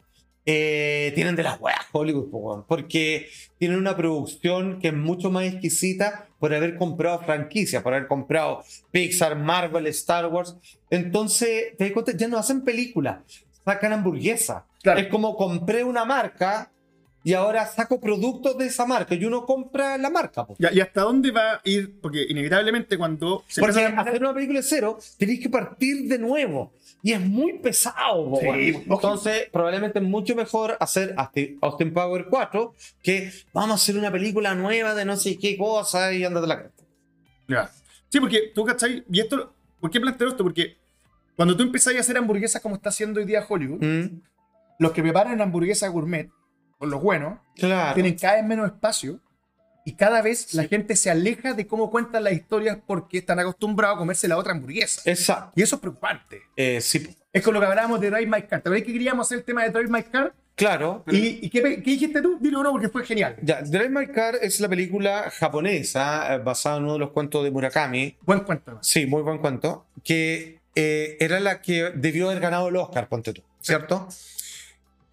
eh, tienen de las weas Hollywood, po, weón, porque tienen una producción que es mucho más exquisita por haber comprado franquicias, por haber comprado Pixar, Marvel, Star Wars. Entonces, te das cuenta, ya no hacen películas, sacan hamburguesas. Claro. Es como compré una marca y ahora saco productos de esa marca y uno compra la marca. po. Ya, ¿Y hasta dónde va a ir? Porque inevitablemente cuando se Porque empiezan a- hacer una película de cero, tenéis que partir de nuevo. Y es muy pesado. po, Sí, weón. lógico. Entonces, probablemente es mucho mejor hacer Austin Austin Power 4 que vamos a hacer una película nueva de no sé qué cosa y andate la cresta. Ya. Sí, porque tú, ¿cachai? Y esto, ¿por qué planteo esto? Porque cuando tú empezás a hacer hamburguesas como está haciendo hoy día Hollywood, Mm, los que preparan hamburguesas gourmet, por los buenos, Claro. tienen cada vez menos espacio y cada vez la gente se aleja de cómo cuentan las historias porque están acostumbrados a comerse la otra hamburguesa. Exacto. Y eso es preocupante. Eh, sí, po. Es con lo que hablábamos de Drive My Car. ¿Te acuerdas que queríamos hacer el tema de Drive My Car? claro. ¿Y, y qué, pe- qué dijiste tú? Dilo uno porque fue genial. Ya, Drive My Car es la película japonesa eh, basada en uno de los cuentos de Murakami. Buen cuento. además. Sí, muy buen cuento. Que eh, era la que debió haber ganado el Oscar, ponte tú, ¿cierto?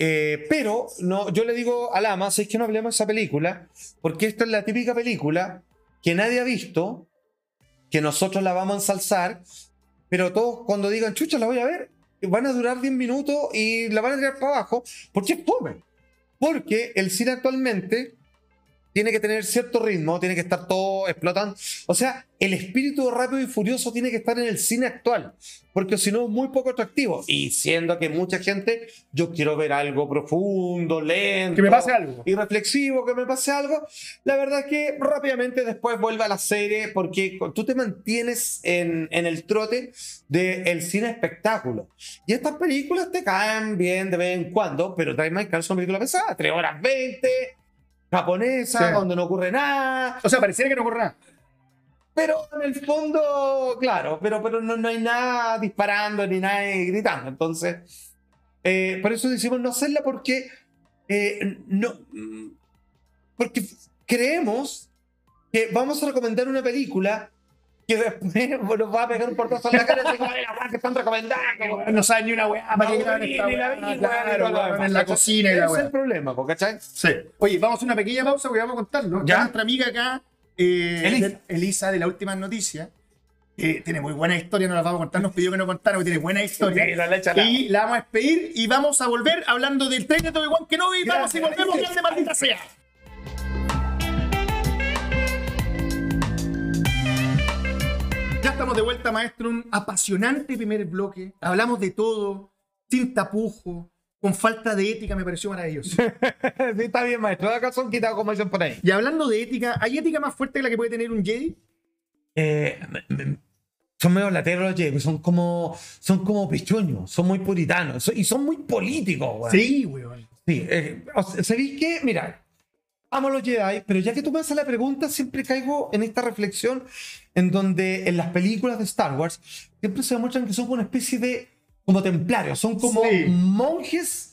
Eh, pero no, yo le digo a Lama, si es que no hablemos de esa película, porque esta es la típica película que nadie ha visto, que nosotros la vamos a ensalzar, pero todos cuando digan, chucha, la voy a ver, van a durar 10 minutos y la van a tirar para abajo, porque es pobre. Porque el cine actualmente tiene que tener cierto ritmo, tiene que estar todo explotando. O sea, el espíritu de rápido y furioso tiene que estar en el cine actual, porque si no es muy poco atractivo. Y siendo que mucha gente, yo quiero ver algo profundo, lento Que me pase algo. y reflexivo, que me pase algo. La verdad es que rápidamente después vuelve a la serie porque co- tú te mantienes en, en el trote del cine espectáculo. Y estas películas te caen bien de vez en cuando, pero Time My Car es una película pesada, 3 horas 20, japonesa, Sí. donde no ocurre nada, O sea, pareciera que no ocurre nada. pero en el fondo, claro, pero, pero no, no hay nada disparando ni nadie gritando. Entonces, eh, por eso decimos no hacerla porque eh, no. mm, Porque creemos que vamos a recomendar una película que después nos va a pegar un portazo en la cara y decir, "Ay, la weá que están recomendando! weón". No saben ni una weá. ¿para qué No, graban ni- esta ni la weá? vi, weón, ni Claro, todo lo weón, demás, en la ¿cachai? cocina y Ese la es weá. el problema, po, ¿cachai? Sí. Oye, vamos a hacer una pequeña pausa porque vamos a contarlo. Ya. Ya nuestra amiga acá, eh, Elisa. de- Elisa, de las últimas noticias, eh, tiene muy buena historia, no la vamos a contar, nos pidió que no contara, porque tiene buena historia. Sí, la leche al y la vamos a despedir y vamos a volver hablando del tren de Toby Wan que no vi. Vamos y Gracias. volvemos, grande maldita sea. Ya estamos de vuelta, maestro. Un apasionante primer bloque. Hablamos de todo, sin tapujo, con falta de ética, me pareció maravilloso. Sí, está bien, maestro. Acá son quitados como dicen por ahí. Y hablando de ética, ¿hay ética más fuerte que la que puede tener un Jedi? eh, me- me- son medio lateros, oye, pues son como, son como pichuños, son muy puritanos so- y son muy políticos, weón. Sí, weón. Sí, eh, o sea, ¿Sabéis qué? Mira, amo los Jedi, pero ya que tú me haces la pregunta, siempre caigo en esta reflexión en donde en las películas de Star Wars siempre se demuestran que son como una especie de como templarios, son como Sí. monjes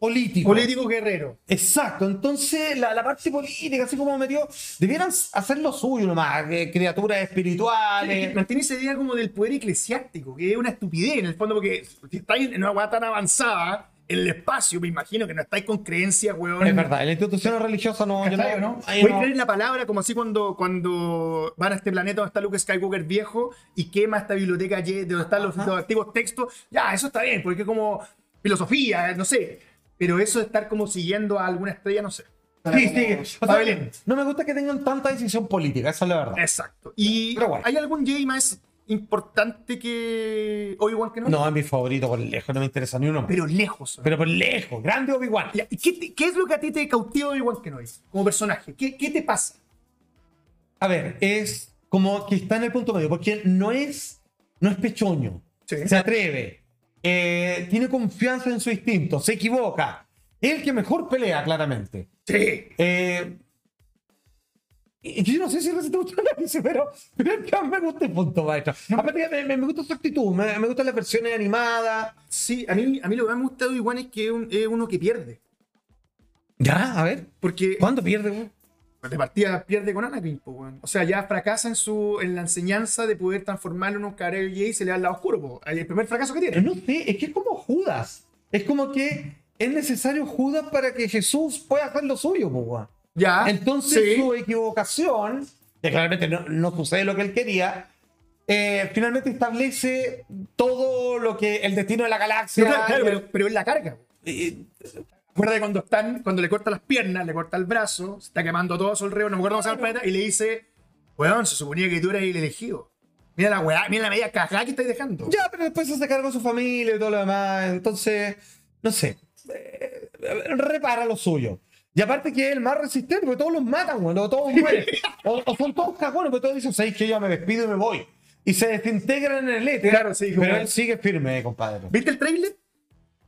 político. Político guerrero. Exacto, entonces la, la parte política, así como metió, debieran hacer lo suyo nomás, eh, criaturas Es que espirituales. Eh, Mantiene esa idea como del poder eclesiástico, que es una estupidez en el fondo, porque si estáis en una weá tan avanzada, en el espacio, me imagino que no estáis con creencias, weón. Es verdad, en la institución religiosa no. yo ¿Cachai, o no, no? ahí Voy a no. creer en la palabra como así cuando, cuando van a este planeta donde está Luke Skywalker viejo y quema esta biblioteca ye- de donde están los, los antiguos textos. Ya, eso está bien, porque es como filosofía, eh, no sé. Pero eso de estar como siguiendo a alguna estrella, no sé. Sí, sí. O sea, Va Belén. no me gusta que tengan tanta decisión política, esa es la verdad. Exacto. ¿Y Pero bueno. hay algún Jedi más importante que Obi-Wan que no? No, es mi favorito por lejos, no me interesa ni uno más. Pero, Pero lejos. ¿no? por lejos, grande Obi-Wan. Ya, ¿y qué, te- qué es lo que a ti te cautiva de Obi-Wan Kenobi como personaje? ¿Qué, qué te pasa? A ver, es como que está en el punto medio, porque no es, no es pechoño, Sí. se atreve, eh, tiene confianza en su instinto, se equivoca, es el que mejor pelea, claramente. Sí. Eh, y- y yo no sé si recién te gustó el análisis, pero, pero es que a mí me gusta el punto maestro. Aparte, me, me- me gusta su actitud, me, me gustan las versiones animadas. Sí, a mí, a mí lo que más me gusta de Obi-Wan es que es, un- es uno que pierde. Ya, a ver, Porque ¿cuándo pierde? güey? de partida pierde con Anakin, po, weón. O sea, ya fracasa en, su, en la enseñanza de poder transformarlo en un carril Jedi y se le da al lado oscuro, po. El primer fracaso que Pero tiene. no sé, es que es como Judas. Es como que es necesario Judas para que Jesús pueda hacer lo suyo, pues, weón. Ya. Entonces sí. su equivocación, que claramente no, no sucede lo que él quería, eh, finalmente establece todo lo que el destino de la galaxia. Pero claro, claro, pero, pero es la carga. po. Eh, Acuérdate cuando están, cuando le corta las piernas, le corta el brazo, se está quemando todo su alrededor, no me acuerdo cómo se llama el planeta, y le dice, weón, se suponía que tú eras el elegido. Mira la weá, mira la media cagada que estáis dejando. Ya, pero después se hace cargo de su familia y todo lo demás. Entonces, no sé. eh, repara lo suyo. Y aparte que es el más resistente, porque todos los matan, güey. o Todos mueren. o, o son todos cagones, pero todos dicen, ¿sabes que Yo me despido y me voy. Y se desintegran en el éter. Claro, sí, como- Pero él sigue firme, eh, compadre. ¿Viste el trailer?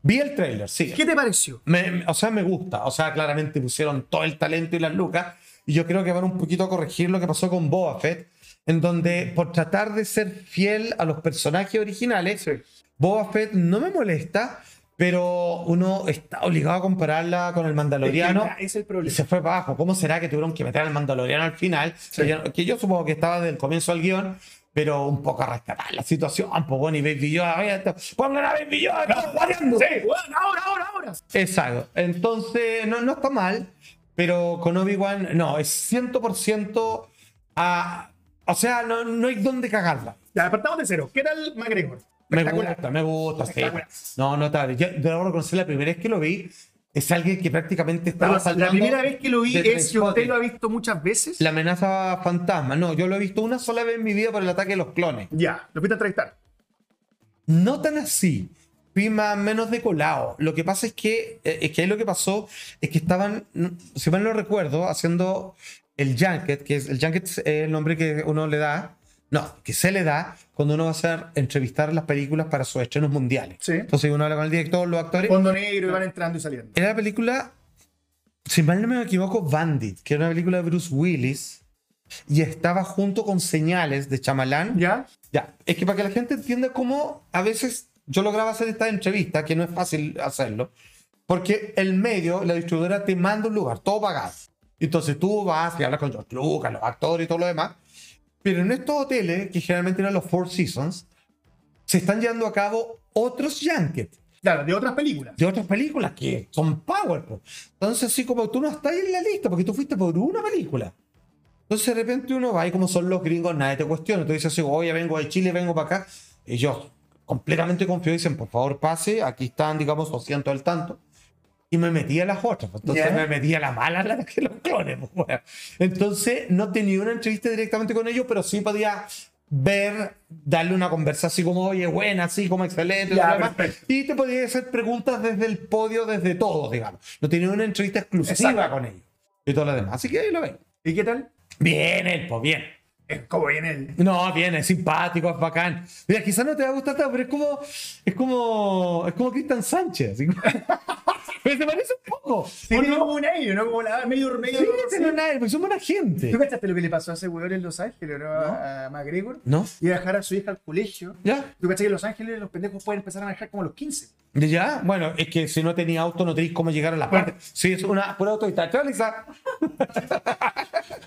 Vi el trailer, sí. ¿Qué te pareció? Me- me- o sea, me gusta. O sea, claramente pusieron todo el talento y las lucas. Y yo creo que van un poquito a corregir lo que pasó con Boba Fett. En donde, por tratar de ser fiel a los personajes originales, Boba Fett no me molesta, pero uno está obligado a compararla con el Mandaloriano. Es que es el Y problema. se fue para abajo. ¿Cómo será que tuvieron que meter al Mandaloriano al final? Que, yo, que yo supongo que estaba del comienzo al guión, pero un poco a rescatar la situación. Pues bueno, y Baby Yoda, oye, esto- pongan a Baby Yoda, estamos guareando. Sí, weón, ahora, ahora, ahora. Exacto. Entonces, no, no está mal, pero con Obi-Wan, no, es 100% a... O sea, no, no hay dónde cagarla. Ya, apartamos de cero. ¿Qué tal McGregor? Me Espectacular. gusta, me gusta, sí. Espectacular. No, no está bien. Yo debo reconocer, la primera vez que lo vi, es alguien que prácticamente estaba Perdón, la saltando primera vez que lo vi de es que usted Trainspotting. lo ha visto muchas veces. La amenaza fantasma. No, yo lo he visto una sola vez en mi vida por el ataque de los clones. Ya, lo fuiste a entrevistar. No tan así. Fui más menos de colado. Lo que pasa es que, eh, es que ahí lo que pasó es que estaban, n- si mal no recuerdo, haciendo el junket, que es el junket es el nombre que uno le da, no, que se le da cuando uno va a hacer entrevistar las películas para sus estrenos mundiales. Sí. Entonces uno habla con el director, los actores. Fondo negro y van entrando y saliendo. Era la película, si mal no me equivoco, Bandit, que era una película de Bruce Willis y estaba junto con señales de Chamalán. ¿Ya? Ya, es que para que la gente entienda cómo a veces yo lograba hacer esta entrevista, que no es fácil hacerlo, porque el medio, la distribuidora te manda un lugar, todo pagado. Entonces tú vas y hablas con George Lucas, los actores y todo lo demás. Pero en estos hoteles, que generalmente eran los Four Seasons, se están llevando a cabo otros junkets Claro, de otras películas. de otras películas que son power. po. Entonces, así como tú no estás en la lista porque tú fuiste por una película. Entonces, de repente uno va y como son los gringos, nadie te cuestiona. Tú dices así, oye, vengo de Chile, vengo para acá. Y yo, completamente confío, dicen, por favor, pase. Aquí están, digamos, 200 al tanto. Y me metí a las otras. po. Entonces, Ya. me metí a la mala, la que los clones. po, weón. Entonces, no tenía una entrevista directamente con ellos, pero sí podía ver, darle una conversa así como, oye, buena, así como excelente. Ya, todo lo demás. perfecto. Y te podía hacer preguntas desde el podio, desde todo, digamos. No tenía una entrevista exclusiva Exacto. con ellos. Y todo lo demás. Así que ahí lo ven. ¿Y qué tal? Bien, él, pues bien. Es como viene él. No, bien, es simpático, es bacán. Mira, quizás no te va a gustar tanto, pero es como. Es como. Es como Cristian Sánchez. así como- Pero se parece un poco. Sí, ¿o tiene no? como un aire, ¿no? Como la medio Sí, medio. tiene un aire, porque son buena gente. ¿Tú cachaste lo que le pasó a ese weón en Los Ángeles, ¿no? A a McGregor. ¿No? Y a dejar a su hija al colegio. ¿Ya? ¿Tú cachai que en Los Ángeles los pendejos pueden empezar a manejar como a los 15? ¿Ya? Bueno, es que si no tenía auto no tenéis cómo llegar a la Bueno. parte. Sí, es una pura autodidacta. Chao, Lisa.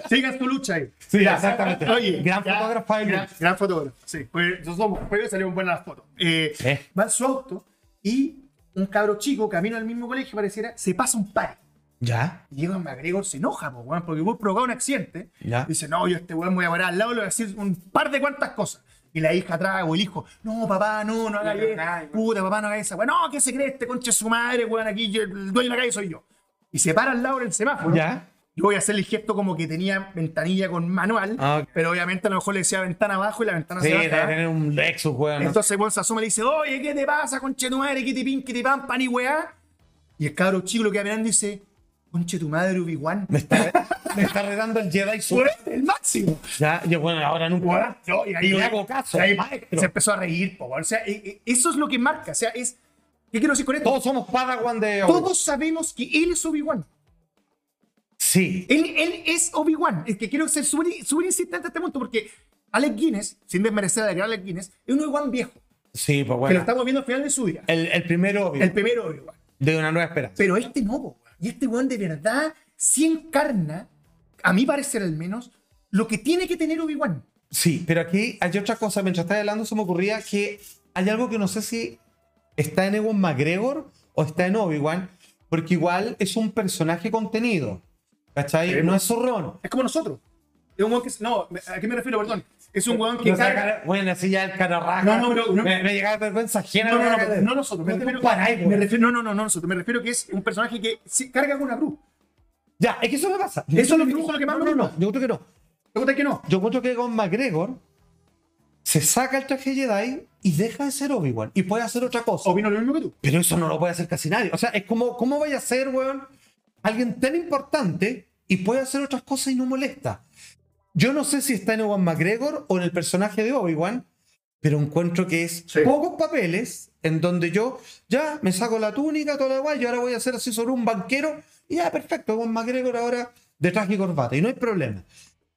Sigan tu lucha ahí. Sí, Ya, exactamente. Oye, Gran fotógrafo de gran, luz. gran fotógrafo. Sí, pues nosotros somos juegos salieron buenas las fotos. Eh, Sí. Va en su auto y un cabro chico, camino al mismo colegio, pareciera, se pasa un par. ¿Ya? Y Diego McGregor se enoja, po, weón, porque vos provocado un accidente. Ya. Dice, no, yo a este weón me voy a parar al lado, le voy a decir un par de cuantas cosas. Y la hija atrás, o el hijo, no, papá, no, no haga No, no, eso. nada, igual. Puta, papá, no haga esa. weón. No, ¿qué se cree este concha de su madre, weón? Aquí yo- el dueño de la calle soy yo. Y se para al lado del semáforo. ¿Ya? Yo voy a hacer el gesto como que tenía ventanilla con manual, Ah, ok. pero obviamente a lo mejor le decía ventana abajo y la ventana Sí, se debe baja. tener un Lexus, weón. ¿no? Entonces Juan se asoma y le dice, oye, ¿qué te pasa, conche tu madre? ¿Qué te pin, qué te pampa, ni weá? Y el cabro chico lo queda mirando y dice, conche tu madre, Ubi-Wan. Me está, me está redando el Jedi Sur. Weón, el máximo. Ya, yo, bueno, ahora Weón, nunca. yo- y ahí le ya- hago caso, y ahí eh, maestro. se empezó a reír, po, weón. O sea, e- e- eso es lo que marca. O sea, es. ¿Qué quiero decir con esto? Todos somos Padawan de. Todos sabemos que él es Obi-Wan. Sí. Él, él es Obi-Wan. Es que quiero ser súper súper insistente a este punto porque Alec Guinness, sin desmerecer a la gran Alec Guinness, es un Obi-Wan viejo. Sí, Que pues lo bueno. Eh, estamos viendo al final de su vida. El, el primero obvio, El primer Obi-Wan. de una nueva esperanza. Pero este no, po, weón. Y este weón de verdad sí encarna, a mi parecer al menos, lo que tiene que tener Obi-Wan. Sí, pero aquí hay otra cosa. Mientras estaba hablando, se me ocurría que hay algo que no sé si está en Ewan McGregor o está en Obi-Wan, porque igual es un personaje contenido. ¿Cachai? No pues. es zorrón. Es como nosotros. Es un weón que. No, ¿a qué me refiero? Perdón. Es un weón que. No, carga- saca- bueno, así ya el cararraja. No, no, pero- no. me, me llegaba vergüenza ajena. No, no, no, weón. pero no nosotros. Me Tú refiero, paráis, Este me weón. refiero- no, no, no, no nosotros. Me refiero que es un personaje que sí carga con una cruz. Ya, es que eso me pasa. Eso es lo que- creo- eso es lo que más no, me no, no, gusta. yo creo que no. ¿Te gusta que no? Yo encuentro que con McGregor se saca el traje Jedi y deja de ser Obi-Wan y puede hacer otra cosa. Opino lo mismo que tú. Pero eso no lo puede hacer casi nadie. O sea, es como, ¿cómo vaya a ser, weón? Alguien tan importante y puede hacer otras cosas y no molesta. Yo no sé si está en Ewan McGregor o en el personaje de Obi-Wan, pero encuentro que es Sí. pocos papeles en donde yo ya me saco la túnica, toda la guay, y ahora voy a hacer así sobre un banquero y ya, perfecto, Ewan McGregor ahora de traje y corbata y no hay problema.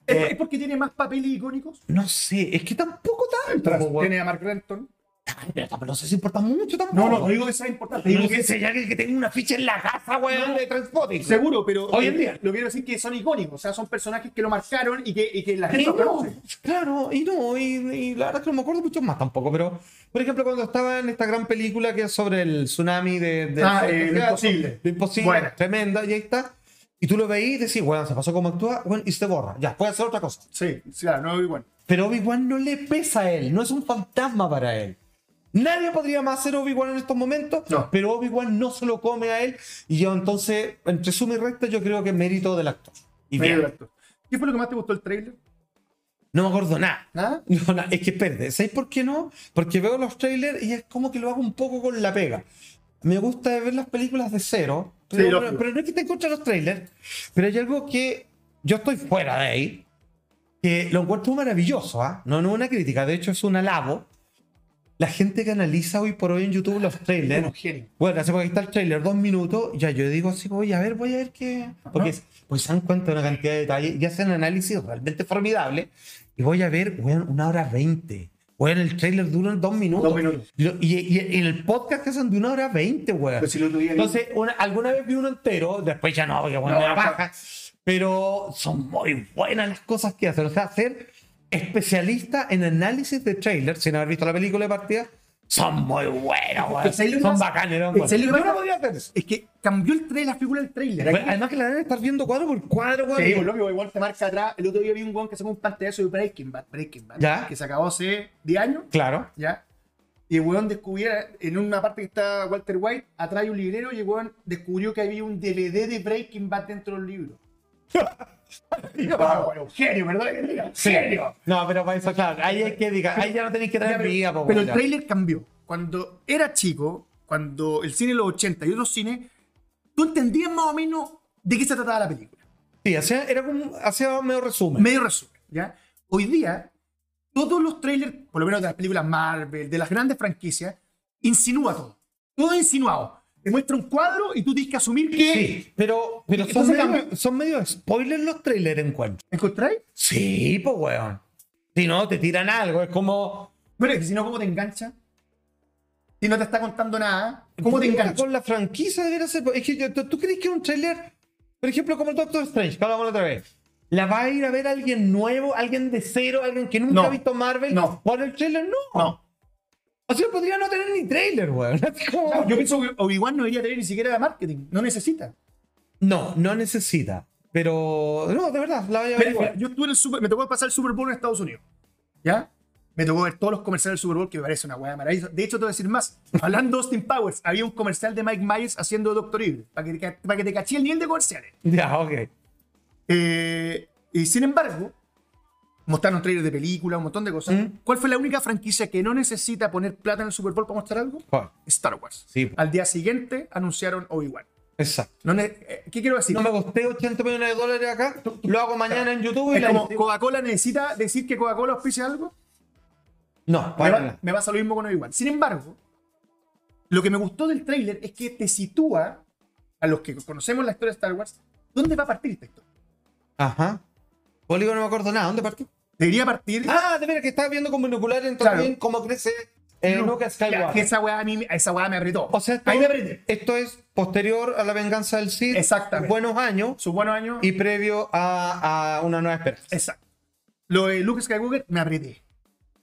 ¿Es, Eh, es porque tiene más papeles icónicos? No sé, es que tampoco tanto. po, weón. Tiene a Mark Renton. Ay, pero tampoco- no sé si importa mucho tampoco. No, no, no digo que sea importante. Digo que es ya que tengo una ficha en la casa, weón, de Transpotting. seguro, pero. eh, Hoy en día. Lo quiero decir que son icónicos. O sea, son personajes que lo marcaron y que, y que la Y gente lo no, conoce. claro, y no, y, y la verdad es que no me acuerdo mucho más tampoco, pero por ejemplo cuando estaba en esta gran película que es sobre el tsunami de... de Ah, de- eh, Lo Imposible. Lo imposible, Bueno. tremenda, y ahí está. Y tú lo veís y decís, bueno, se pasó como actúa, bueno, y se borra, ya, puede hacer otra cosa. Sí, sí, claro, no Obi-Wan. Pero Obi-Wan no le pesa a él, no es un fantasma para él. Nadie podría más ser Obi-Wan en estos momentos, No. pero Obi-Wan no se lo come a él. Y yo entonces, entre suma y recta, yo creo que es mérito del actor. Y Medio bien. actor. ¿Qué fue lo que más te gustó el trailer? No me acuerdo nada. ¿Nada? No, na- es que espérate, ¿sabes por qué no? Porque veo los trailers y es como que lo hago un poco con la pega. Me gusta ver las películas de cero, pero, Sí, lógico. pero, pero no es que te encuentre los trailers, pero hay algo que yo estoy fuera de ahí, que lo encuentro maravilloso, ¿ah? No, no es una crítica, de hecho es un alabo. La gente que analiza hoy por hoy en YouTube los trailers, Unos genios. bueno, hace poco que está el trailer, dos minutos, ya yo digo así, voy a ver, voy a ver qué. Porque pues se dan cuenta de una cantidad de detalles y hacen análisis realmente formidable. Y voy a ver, weón, una hora veinte. Weón, el trailer dura dos minutos. Dos minutos. Lo- Y, y- y el podcast que hacen de una hora veinte, weón. Pero si el otro día vi- Entonces, una- alguna vez vi uno entero, después ya no, porque bueno, No, me da no. paja. Pero son muy buenas las cosas que hacen. O sea, ser especialista en análisis de trailers sin haber visto la película de partida, son muy buenos, weón. El trailer Pues, Son más- bacanes, ¿no? el trailer Yo más- no podía hacer eso. Es que cambió el trailer, la figura del trailer. Pero Además que la deben estar viendo cuadro por cuadro, weón. Sí, por obvio, igual te marca atrás. El otro día vi un weón que sacó un pantallazo de Breaking Bad, Breaking Bad, Ya. que se acabó hace 10 años, Claro. ¿ya? Y el weón descubriera, en una parte que está Walter White, atrás hay un librero y el weón descubrió que había un DVD de Breaking Bad dentro del libro. Ah, weón, genio, ¿verdad? que diga? Genio. No, pero para eso, claro. Ahí es que diga, ahí ya no tenéis que Ya, traer pero, vida, po, pero weón, el ya. trailer cambió. Cuando era chico, cuando el cine de los 80 y otros cines, tú entendías más o menos de qué se trataba la película. Sí, hacía, era como, hacía medio resumen. Medio resumen, ¿ya? Hoy día, todos los trailers, por lo menos de las películas Marvel, de las grandes franquicias, insinúa todo. Todo es insinuado. te muestra un cuadro y tú tienes que asumir que. Sí, pero, pero son, Entonces medio, cambió. son medio spoilers los trailers encuentro. ¿Encontráis? Sí, pues weón. Si no, te tiran algo, es como. Bueno, es que si no, ¿cómo te engancha? Si no te está contando nada, ¿cómo te Puta, engancha? Con la franquicia debería ser. Es que yo- ¿tú, tú crees que un trailer, por ejemplo, como el Doctor Strange, que hablamos la otra vez, la va a ir a ver alguien nuevo, alguien de cero, alguien que nunca No. ha visto Marvel? No. Bueno, el trailer no. No. O sea, podría no tener ni trailer, weón. Así como- Claro, yo pienso que Obi-Wan no debería tener ni siquiera marketing. No necesita. No, no necesita. Pero. No, de verdad, la vaya a ver. Mira, igual. mira, yo estuve en el Super, me tocó pasar el Super Bowl en Estados Unidos. ¿Ya? Me tocó ver todos los comerciales del Super Bowl, que me parece una hueá maravillosa. De hecho, te voy a decir más. Hablando de Austin Powers, había un comercial de Mike Myers haciendo Doctor Evil, para que, te- para que te caché el nivel de comerciales. Ya, ok. Eh, y sin embargo, mostraron trailers de películas, un montón de cosas. Mm. ¿Cuál fue la única franquicia que no necesita poner plata en el Super Bowl para mostrar algo? Joder, Star Wars. Sí. Al día siguiente anunciaron Obi-Wan. Exacto. No ne- eh, ¿Qué quiero decir? No me costé 80 millones de dólares acá, lo hago mañana en YouTube y es la como Coca-Cola necesita decir que Coca-Cola auspicia algo. No, Me, para va, nada. me pasa lo mismo con Obi-Wan. Sin embargo, lo que me gustó del tráiler es que te sitúa a los que conocemos la historia de Star Wars, ¿dónde va a partir esta historia? Ajá. Bolívar no me acuerdo nada, ¿dónde partió? Debería partir... Ah, de veras que estaba viendo con binoculares entonces Claro. bien cómo crece eh, No, Lucas Skywalker. ya, que esa weá, a mí, esa weá me apretó. o sea, esto, Ahí me apreté. esto es posterior a la venganza del Cid. Exactamente. Buenos años Sus buenos años... y previo a, a una nueva esperanza. Exacto. Lo de Luke Skywalker me apreté.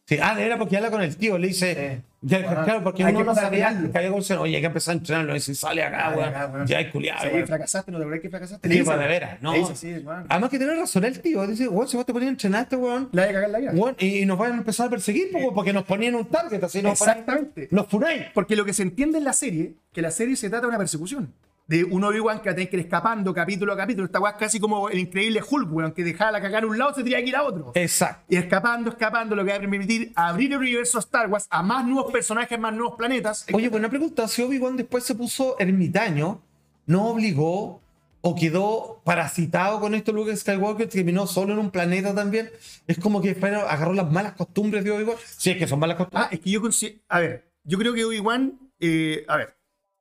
Sí, Ah, de veras, porque habla con el tío, le dice. Sí. ya, Bueno, claro, porque hay uno que no sabía entrenarlo. que había como oye, hay que empezar a entrenarlo. Y si sale acá, Sale Ah, weón, acá, weón. ya es culiado. Sí, weón. fracasaste, no te acordás que fracasaste. Sí, Le dicen. pues, de veras, no. Le dicen, sí, weón. Además que tiene razón el tío. Dice, weón, se va a te poner a entrenar este weón. La de cagar la vida. weón, y nos van a empezar a perseguir, po, weón, porque nos ponían un target, así nos ponían- Exactamente. Nos funáis. Porque lo que se entiende en la serie, que la serie se trata de una persecución. De un Obi-Wan que la tenés que ir escapando capítulo a capítulo. Esta weá es casi como el increíble Hulk, weón, que dejaba la cagar a un lado se tenía que ir a otro. Exacto. Y escapando, escapando, lo que va a permitir abrir el universo a Star Wars a más nuevos personajes, más nuevos planetas. Oye, buena pregunta. Si Obi-Wan después se puso ermitaño, ¿no obligó o quedó parasitado con esto Luke Skywalker? Terminó solo en un planeta también. Es como que pero, agarró las malas costumbres de Obi-Wan. Si es que son malas costumbres. Ah, es que yo considero. A ver, yo creo que Obi-Wan. eh, a ver,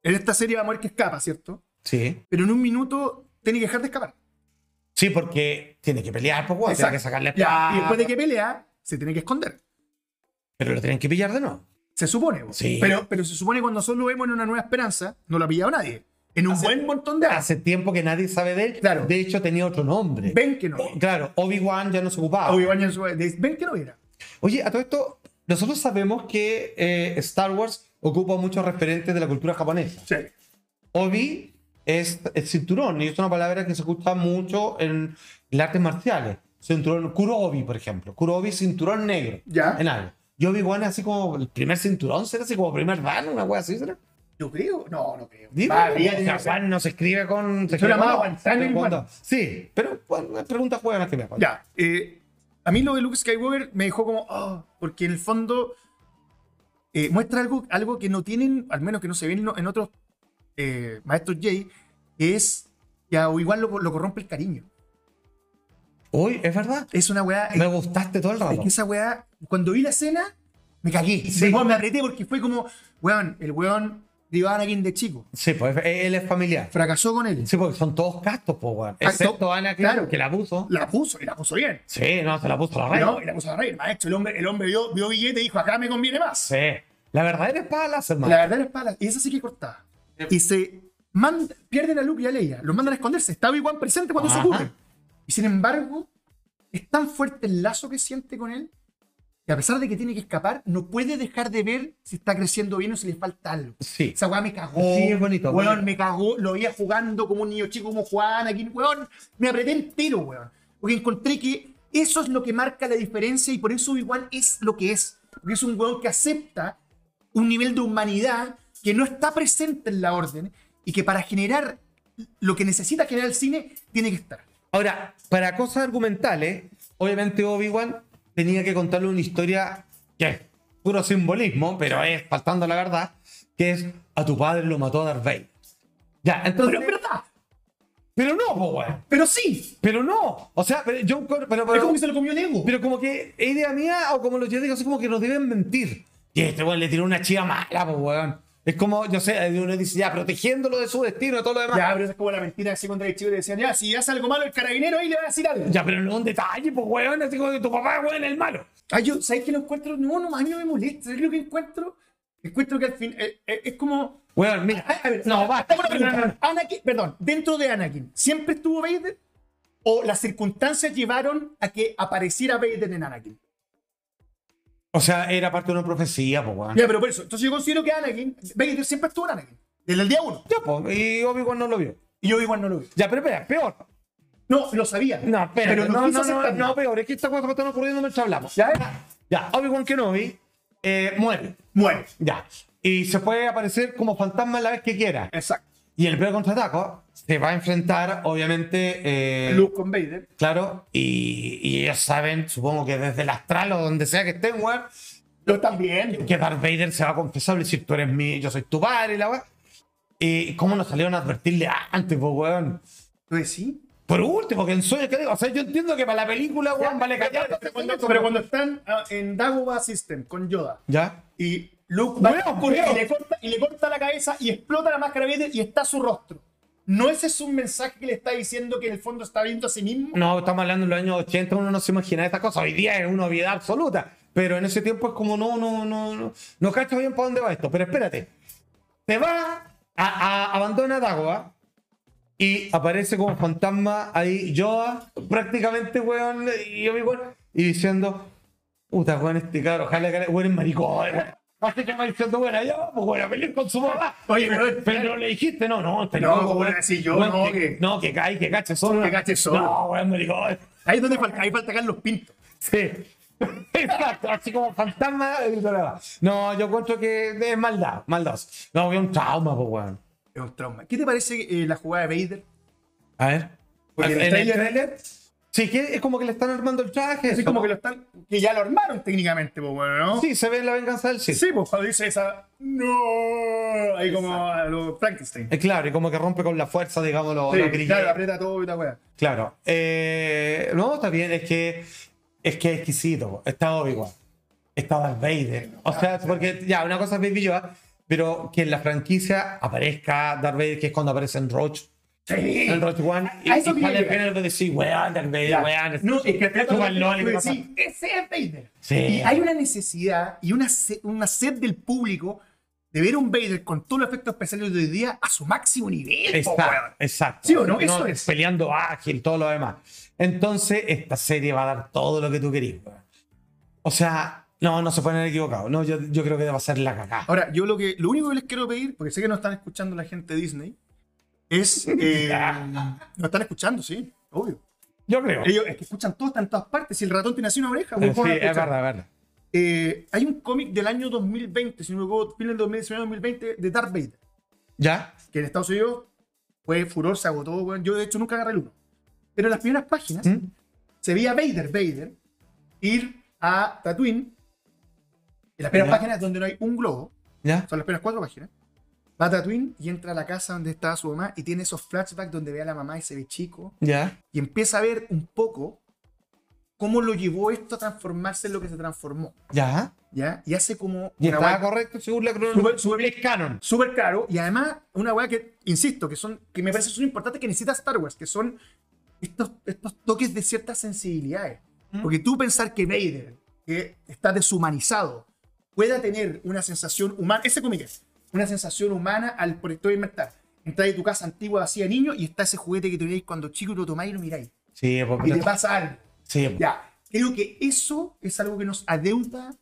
en esta serie vamos a ver que escapa, ¿cierto? Sí. Pero en un minuto tiene que dejar de escapar. Sí, porque tiene que pelear, pues, weón. Tiene que Exacto. sacarle Ya, espada. Y después de que pelea, se tiene que esconder. Pero lo tienen que pillar de nuevo. Se supone. po. Sí. Pero, pero se supone cuando solo vemos en una nueva esperanza, no lo ha pillado nadie. En un Hace- buen montón de años. Hace tiempo que nadie sabe de él. Claro. De hecho, tenía otro nombre. Ven que no. O- claro, Obi-Wan ya no se ocupaba. Obi-Wan ya en su- de- Ven que no era. Oye, a todo esto, nosotros sabemos que eh, Star Wars ocupa muchos referentes de la cultura japonesa. Sí. Obi es, es cinturón, y es una palabra que se escucha mucho en las artes marciales. Cinturón, Kurobi, por ejemplo. Kurobi, cinturón negro. Ya. En algo. Y Obi-Wan es así como el primer cinturón, ¿será? Así como primer dan, una wea así, ¿será? Yo creo. No, no creo. Dime, Va, o habría sea, tenido que ser- Juan no se escribe con. Se Yo escribe la con amaba, dos, Juan, San pero y con Juan. dos. Sí, pero bueno, preguntas juegan que pues. me Juan. Ya. eh, a mí lo de Luke Skywalker me dejó como. ah, porque en el fondo. eh, muestra algo, algo que no tienen, al menos que no se ven en otros eh, maestros Jedi, que es que a Obi-Wan lo, lo corrompe el cariño. Uy, es verdad. Es una weá. Me gustaste todo el Es rato. que esa weá, cuando vi la escena, me cagué. Sí. Me, me apreté porque fue como, weón, el weón de Anakin de chico. Sí, pues él es familiar. Fracasó con él. Sí, porque son todos castos, pues, weón. Ah, Excepto to- Ana, claro. que la puso. La puso, y la puso bien. Sí, no, se la puso la reina. No, y la puso a reír, maestro. El hombre, el hombre vio, vio billete y dijo, acá me conviene más. Sí. La verdadera espada láser, man. La verdad es pala. Y esa sí que cortaba. Y se manda, pierden a Luke y a Leia. Los mandan a esconderse. Está Obi-Wan presente cuando Ajá. eso ocurre. Y sin embargo, es tan fuerte el lazo que siente con él que a pesar de que tiene que escapar, no puede dejar de ver si está creciendo bien o si le falta algo. Sí. Esa weá me cagó. Sí, es bonito, Weón, bonito. me cagó. Lo veía jugando como un niño chico, como Juan aquí. Weón, me apreté entero, weón. Porque encontré que eso es lo que marca la diferencia y por eso igual es lo que es. Porque es un weón que acepta un nivel de humanidad que no está presente en la orden y que para generar lo que necesita generar el cine tiene que estar. Ahora, para cosas argumentales, obviamente Obi-Wan tenía que contarle una historia que es puro simbolismo, pero es faltando a la verdad, que es a tu padre lo mató Darth Vader. Ya, entonces... Pero es verdad. Pero no, po, weón. Pero sí. Pero no. O sea, pero yo... Pero, pero, es como que se lo comió Lego. pero como que es idea mía o como los Jedi, así como que nos deben mentir. Y este weón le tiró una chiva mala, po, weón. Es como, yo sé, uno dice, ya, protegiéndolo de su destino y todo lo demás. Ya, pero esa es como la mentira así contradictiva que decían, ya, si hace algo malo el carabinero ahí le va a decir algo. Ya, pero no es un detalle, pues, weón, así como que tu papá, weón, es el malo. Ay, Ah, yo, ¿sabes que lo encuentro? No, no, a mí no me molesta. ¿Sabes lo que encuentro? Encuentro que al fin eh, eh, es como. Weón, mira. A, a ver, No, a- basta. hago una pregunta. Anakin, perdón, dentro de Anakin, ¿siempre estuvo Vader? ¿O las circunstancias llevaron a que apareciera Vader en Anakin? O sea, era parte de una profecía, pues, weón. Ya, pero por eso. Entonces yo considero que Anakin, Vader siempre estuvo en Anakin. Desde el día uno. Ya, pues, y Obi-Wan no lo vio. Y yo igual no lo vi. Ya, pero espera, peor. No, lo sabía. No, espérate, pero quiso no, no, no, aceptarlo. no, peor. Es que estas cosas me están ocurriendo mientras hablamos. Ya era. Ya, Obi-Wan Kenobi eh, muere. Muere. Ya. Y se puede aparecer como fantasma la vez que quiera. Exacto. Y el primer contraataco se va a enfrentar, obviamente. eh, Luke con Vader. Claro, y, y ellos saben, supongo que desde el astral o donde sea que estén, weón, Lo están viendo. que Darth Vader se va a confesar, le va a decir, tú eres mi, yo soy tu padre, y la weón. ¿Y cómo nos salieron a advertirle antes, pues, weón? Entonces sí. Por último, que en sueño, ¿qué digo? O sea, yo entiendo que para la película, weón, vale callar. este Pero cuando, pero cuando están ah, en Dagobah System con Yoda ¿Ya? y Luke Weón, va- culiao. y, le corta, y le corta la cabeza y explota la máscara de Vader y está su rostro. ¿No ese es un mensaje que le está diciendo que en el fondo está viendo a sí mismo? No, estamos hablando de los años 80, uno no se imagina esta cosa. Hoy día es una obviedad absoluta. Pero en ese tiempo es como, no, no, no, no, no cacho bien para dónde va esto. Pero espérate, te va, a, a- abandona Dagua y aparece como fantasma ahí Yoda, prácticamente, weón, y Obi-Wan, y diciendo, puta, weón, este cabrón, ojalá que weón es maricón, weón. Así que va diciendo, bueno, ya vamos, weón, a pelear con su mamá. Oye, pero- Pero no le dijiste, no, no, este No, loco, ¿cómo le decís yo? No, que, que- no, que cae, que cache solo. Que cache solo. No, weón, maricón. Ahí es donde falta, ahí falta Carlos Pinto. Sí. Exacto, así como fantasma de Vitoraba. No, yo encuentro que es maldad, maldad. No, había un trauma, pues, weón. Es un trauma. ¿Qué te parece eh, la jugada de Vader? A ver. Porque el tráiler- Sí, que es como que le están armando el traje. Así eso. como que lo están. Que ya lo armaron técnicamente, pues bueno, ¿no? Sí, se ve la venganza del Sith. Sí, pues cuando dice esa. ¡No! Ahí como a lo Frankenstein. Eh, claro, y como que rompe con la fuerza, digamos, los, los Sí, grilletes. claro, aprieta todo y la weá. Claro. Eh, no, está bien, es que es que es exquisito. Está Obi-Wan. Está Darth Vader. O sea, porque ya, una cosa es Baby Yoda, pero que en la franquicia aparezca Darth Vader, que es cuando aparece en Roach. Sí. En Roach One. A- Y, a eso y quería sale el llegar. género de decir, weón, Darth Vader, weón. No, es que es aprieta como todo el y Loli que decís, pasa. ese es Vader. Sí. Y hay una necesidad y una, se- una sed del público de ver un Vader con todos los efectos especiales de hoy día a su máximo nivel. po, Exacto, weón. exacto. ¿Sí o no? Eso es. Peleando ágil, todo lo demás. Entonces, esta serie va a dar todo lo que tú querís. weón. O sea, no, no se pueden haber equivocado. No, yo, yo creo que va a ser la cagada. Ahora, yo lo, que, lo único que les quiero pedir, porque sé que nos están escuchando la gente de Disney, es. eh, nos están escuchando, sí, obvio. Yo creo. Ellos es que escuchan todo, están en todas partes. Si el ratón tiene así una oreja, Sí, weón, es ¿cómo van a verdad, es escuchar? verdad. Eh, hay un cómic del año 2020, si no me equivoco, fin del 2019-2020, de Darth Vader, ¿Ya? que en Estados Unidos fue furor, se agotó, weón. Yo de hecho nunca agarré el uno. Pero en las primeras páginas ¿Mm? se veía a Vader, Vader, ir a Tatooine. En las primeras Ya. páginas donde no hay un globo, ¿Ya? son las primeras cuatro páginas. Va a Tatooine y entra a la casa donde estaba su mamá y tiene esos flashbacks donde ve a la mamá y se ve chico ¿Ya? y empieza a ver un poco cómo lo llevó esto a transformarse en lo que se transformó, ¿Ya? ¿ya? Y hace como ¿Y una estaba guay- correcto según la cronología? Sube- sube- Es canon. súper caro y además una weá que, insisto, que son que me parece son importantes que necesita Star Wars, que son estos, estos toques de ciertas sensibilidades. Porque tú pensar que Vader, que está deshumanizado, pueda tener una sensación humana, ese cómic es, una sensación humana al proyector inventar. Entráis de tu casa antigua vacía niño y está ese juguete que teníais cuando chico y lo tomáis y lo miráis. Sí, porque... Y te pasa algo. Sí, po. Ya, creo que eso es algo que nos adeuda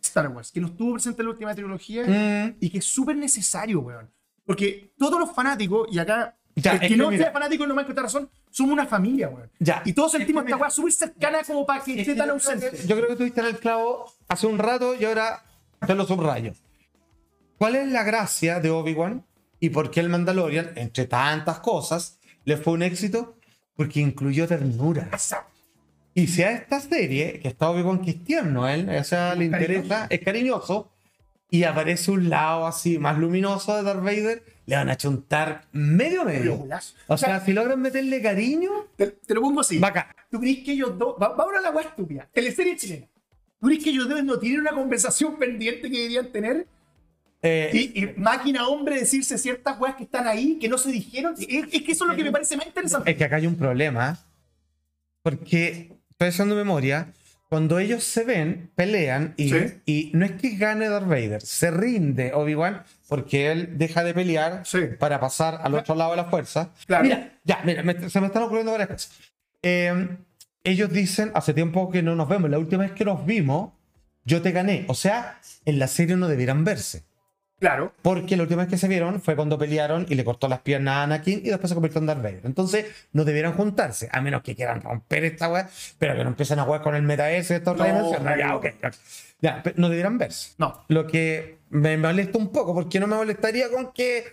Star Wars, que nos tuvo presente en la última trilogía Mm. y que es súper necesario, weón. Porque todos los fanáticos, y acá, Ya, el que es que no mira. sea fanático no me encuentra razón, somos una familia, weón. Ya. Y todos sentimos Es que esta mira. weá súper cercana como para que esté tan ausente. Yo creo que tuviste en el clavo hace un rato y ahora te lo subrayo. ¿Cuál es la gracia de Obi-Wan y por qué el Mandalorian, entre tantas cosas, le fue un éxito? Porque incluyó ternura. Y si a esta serie, que está Obi-Wan que es tierno él, o sea, le interesa, es cariñoso, y aparece un lado así más luminoso de Darth Vader, le van a chuntar medio Pero medio. golazo. O sea, si logran meterle cariño, Te, te lo pongo así. bacán. ¿Tú crees que ellos dos. va- Vamos a la weá estúpida. Teleserie chilena. ¿Tú crees que ellos dos no tienen una conversación pendiente que deberían tener? Eh, Y, y máquina hombre decirse ciertas weas que están ahí, que no se dijeron. Es, es que eso es lo que me parece más interesante. Es que acá hay un problema. Porque, estoy haciendo memoria, cuando ellos se ven, pelean y, Sí. y no es que gane Darth Vader, se rinde Obi-Wan porque él deja de pelear Sí. para pasar al otro lado de la fuerza. Claro. Mira, ya, mira, me- se me están ocurriendo varias cosas. Eh, ellos dicen, hace tiempo que no nos vemos, la última vez que nos vimos, yo te gané. O sea, en la serie no debieran verse. Claro. Porque la última vez que se vieron fue cuando pelearon y le cortó las piernas a Anakin y después se convirtió en Darth Vader. Entonces no debieran juntarse, a menos que quieran romper esta weá, pero que no empiecen a jugar con el meta S de esta otra No, dimensión. No, ya, no. ok, ok. Ya, pe- no debieran verse. No. Lo que me molesta un poco, porque no me molestaría con que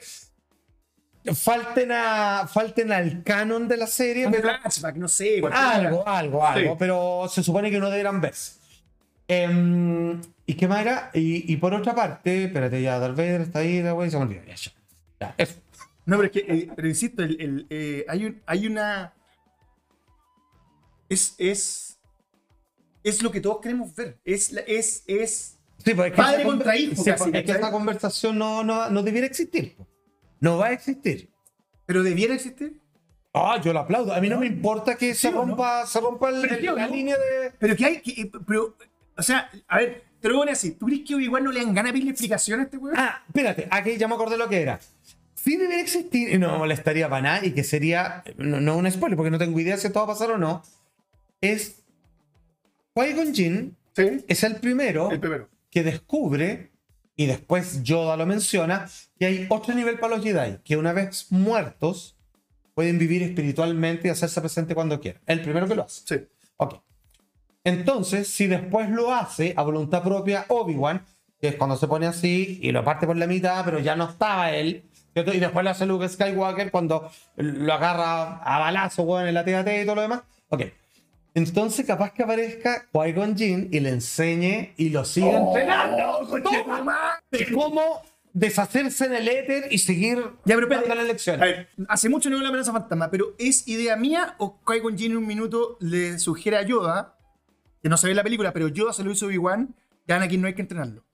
falten, a, falten al canon de la serie, Un pero flashback, no sé. cualquier algo, wea. algo, algo, pero se supone que no deberán verse. Em, ¿Y qué más era? Y, y por otra parte, espérate, ya Darth Vader está ahí, la wey, se me olvidó, ya, ya. Ya, eso. No, pero es que, eh, pero insisto, el, el, eh, hay, un- hay una. Es, es. Es lo que todos queremos ver. Es. la- es, es Sí, pues es Padre esta contra conver- hijo, sí, casi, pues, es que ¿cachai? esta conversación no, no, no debiera existir. po. No va a existir. pero debiera existir. Ah, yo lo aplaudo. A mí no, me importa que se o no? rompa, se rompa el- Pero sí o la no? línea de. Pero que hay. Que, eh, pero, o sea, a ver, te lo voy a poner así. ¿Tú crees que igual no le dan ganas de pedirle explicación a este weón? Ah, espérate, aquí ya me acordé lo que era. Si debiera existir, y no me molestaría para nada, y que sería, no, no un spoiler, porque no tengo idea si esto va a pasar o no, es Qui-Gon Jinn sí. es el primero El primero. que descubre, y después Yoda lo menciona, que hay otro nivel para los Jedi, que una vez muertos, pueden vivir espiritualmente y hacerse presente cuando quieran. El primero que lo hace. Sí. Ok. Entonces, si después lo hace a voluntad propia Obi-Wan, que es cuando se pone así y lo parte por la mitad, pero ya no estaba él, ¿cierto? y después lo hace Luke Skywalker cuando lo agarra a balazo weón, en la TAT y todo lo demás. Ok. Entonces, capaz que aparezca Qui-Gon Jinn y le enseñe y lo siga entrenando. ¡Toma! De cómo deshacerse en el éter y seguir Ya, pero espérate. dando las A lecciones. ver, hace mucho no veo la amenaza fantasma, pero ¿es idea mía o Qui-Gon Jinn en un minuto le sugiere a Yoda, que no se ve en la película, pero Yoda se lo hizo a Obi-Wan, que Anakin no hay que entrenarlo?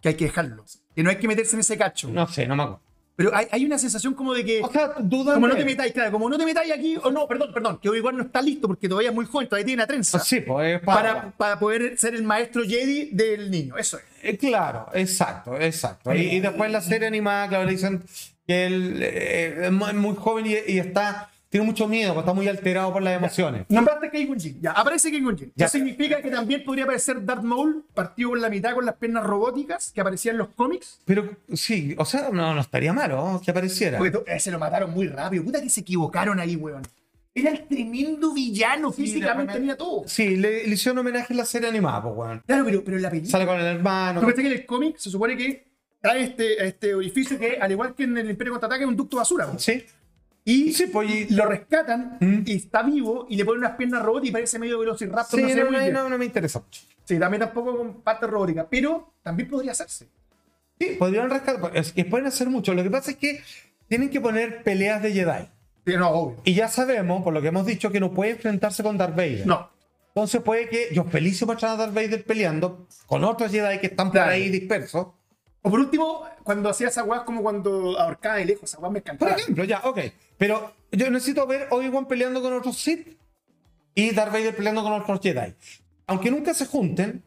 Que hay que dejarlo. Que no hay que meterse en ese cacho. No sé, no me acuerdo. Pero hay, hay una sensación como de que... O sea, duda. como no te de- metáis, claro, como no te metáis aquí, o no, perdón, perdón, que Obi-Wan no está listo porque todavía es muy joven, todavía tiene una trenza. Sí, pues. es para, para poder ser el maestro Jedi del niño, eso es. Eh, Claro, exacto, exacto. Y, y después la serie animada, claro, le dicen que él eh, es muy muy joven y, y está, tiene mucho miedo, porque está muy alterado por las emociones. Nombraste Qui-Gon Jinn, ya, aparece Qui-Gon Jinn. Ya. Eso significa que también podría aparecer Darth Maul, partido por la mitad con las piernas robóticas que aparecían en los cómics. Pero sí, o sea, no, no estaría malo que apareciera. Porque to- eh, se lo mataron muy rápido. Puta que se equivocaron ahí, weón. Era el tremendo villano, físicamente de repente- tenía todo. Sí, le, le hicieron homenaje a la serie animada, pues, weón. Claro, pero, pero en la película. Sale con el hermano. ¿Tú pensás que en el cómic se supone que trae este, este orificio que, al igual que en el Imperio Contraataque, es un ducto de basura? weón? Sí. Y Sí, pues, y- lo rescatan Mm. y está vivo y le ponen unas piernas robot y parece medio velociraptor. Sí, no sé, no, muy no, bien. no, no me interesa mucho. Sí, también tampoco con parte robótica, pero también podría hacerse. Sí, podrían rescatar, pues, es que pueden hacer mucho. Lo que pasa es que tienen que poner peleas de Jedi. Sí, no, obvio. Y ya sabemos, por lo que hemos dicho, que no puede enfrentarse con Darth Vader. No. Entonces puede que yo feliz se muestran a Darth Vader peleando con otros Jedi que están por Claro. ahí dispersos. O por último, cuando hacía esa weá, como cuando ahorcaba de lejos, esa weá me Por encantaba. ejemplo, ya, ok. Pero yo necesito ver Obi-Wan peleando con otros Sith y Darth Vader peleando con otros Jedi. Aunque nunca se junten,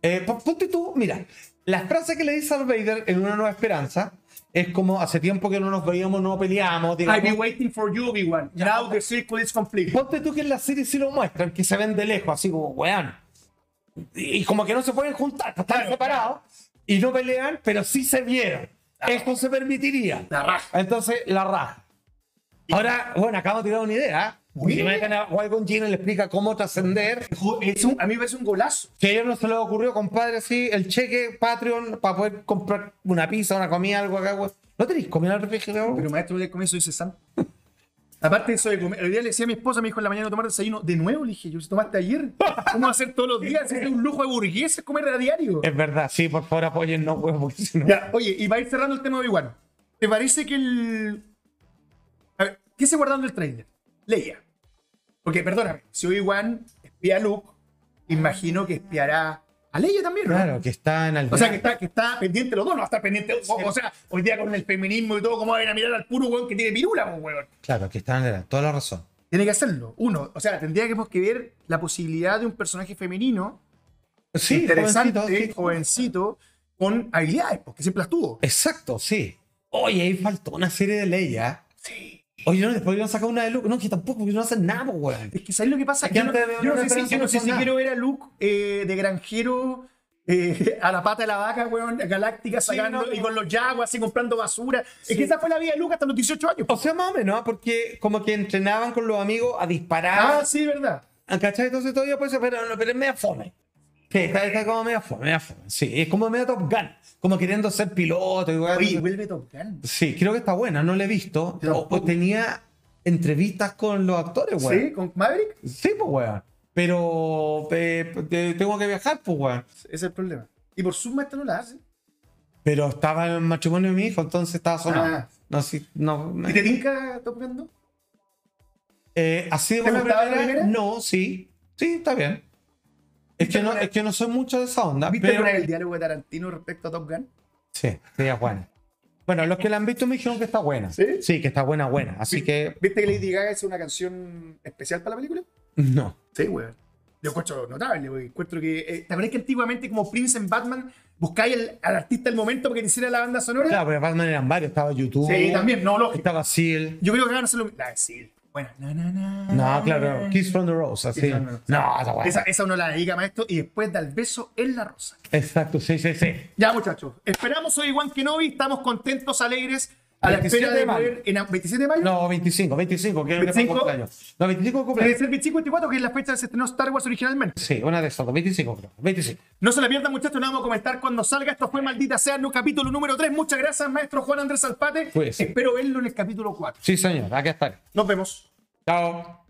eh, pon- ponte tú, mira, la frase que le dice Darth Vader en Una Nueva Esperanza es como hace tiempo que no nos veíamos, no peleamos, I've been digamos. waiting for you, Obi-Wan. Now the circle is complete. Ponte tú que en la serie sí lo muestran, que se ven de lejos, así como, weón. Y y como que no se pueden juntar, están separados y no pelean, pero sí se vieron. Esto se permitiría. La raja. Entonces, la raja. Ahora, bueno, acabo de tirar una idea. ¿ah? Muy Y bien. meten a Qui-Gon Jinn y le explica cómo trascender. Jo- es un- a mí me parece un golazo. Que a ellos no se les ocurrió, compadre, así, el cheque Patreon para poder comprar una pizza, una comida, algo acá, weón. ¿No tenéis comida al refrigerador? Pero maestro, del comienzo dice Sam. Aparte de eso de comer, el día le decía a mi esposa, me dijo en la mañana tomar desayuno. De nuevo le dije, yo si tomaste ayer, ¿cómo va a hacer todos los días? Es un lujo de burgueses comer a diario. Es verdad, sí, por favor, apóyennos, weón, porque si no. Ya, oye, y va a ir cerrando el tema de Obi-Wan. ¿Te parece que el. A ver, ¿qué se guardando el trailer? Leia. Porque, perdóname, si Obi-Wan espía a Luke, imagino que espiará A Leia también, ¿no? Claro, que está en O sea, que está, que está pendiente los dos, no está pendiente. O, o sea, hoy día con el feminismo y todo, ¿cómo van a mirar al puro weón que tiene pirula, pues, weón? Claro, que está en aldeanar, toda la razón. Tiene que hacerlo. Uno, o sea, tendríamos que ver la posibilidad de un personaje femenino Sí, interesante, jovencito, sí. Eh, jovencito, con habilidades, porque siempre las tuvo. Exacto, sí. Oye, ahí faltó una serie de Leia. Sí. Oye, no, después iban a sacar una de Luke. No, que tampoco, porque no hacen nada, pues, weón. Es que ¿sabes lo que pasa? Es que Yo no, antes de- yo no sé no si, yo no esperanza sé con si nada. quiero ver a Luke eh, de granjero eh, a la pata de la vaca, weón, galáctica, Sí, sacando no, y no. con los yaguas, así comprando basura. Es que esa fue la vida de Luke hasta los 18 años. O sea, más o menos, ¿ah? porque como que entrenaban con los amigos a Ah, disparar. sí, verdad. ¿Cachai? Entonces todavía puede ser, pero, no, pero es media fome. Sí, está, está como media fome, media fome. Sí, es como media Top Gun. Como queriendo ser piloto. y weón. Oye, vuelve Top Gun. Sí, creo que está buena, no la he visto. Yo O- o tenía entrevistas con los actores, weón. ¿Sí? ¿Con Maverick? Sí, pues, weón. Pero eh, te- tengo que viajar, pues, weón. Ese es el problema. Y por Zoom esta no la hace. Pero estaba en el matrimonio de mi hijo, entonces estaba sonando. Ah. No, sí, no. me- ¿Y te tinca Top Gun 2? Eh, así de ¿Te buena gustaba la primera, primera? no, sí. Sí, está bien. Es que, no, es que no soy mucho de esa onda, ¿Viste Ah, pero... alguna vez el diálogo de Tarantino respecto a Top Gun? Sí, sí, es buena. Bueno, los que la han visto me dijeron que está buena. ¿Sí? que está buena, buena. Así que, ¿Viste que Lady Gaga hizo una canción especial para la película? no. Sí, weón. Yo encuentro notable, weón. Encuentro que. eh, ¿Te acuerdas que antiguamente, como Prince en Batman, buscáis al, al artista del momento porque te hiciera la banda sonora? Claro, Oh, pero Batman eran varios. Estaba YouTube. Sí, también, no, lógico. Estaba Seal. Yo creo que van a hacer lo mismo. La de Seal. Bueno, na, na, na, No, na, claro. na. Kiss from the Rose, así. Kiss from the No, Rose. está buena. Esa, esa uno la dedica, maestro, y después da el beso en la rosa. Exacto, sí, sí, sí. Ya, muchachos. Esperamos hoy Juan Kenobi. Estamos contentos, alegres. A la 27 espera de de mayo. poder. En, a- ¿27 de mayo? No, 25, 25, que es el 25. cumpleaños. No, 25 Debe cumpleaños. ser 24, que es la fecha que se estrenó Star Wars originalmente. Sí, una de esas, dos, 25 creo. 25. No se la pierdan, muchachos. Nos vamos a comentar cuando salga. Esto fue Maldita Sea, no capítulo número 3. Muchas gracias, maestro Juan Andrés Alpate. Pues sí. Espero verlo en el capítulo 4. Sí, señor, aquí estaré. Nos vemos. Chao.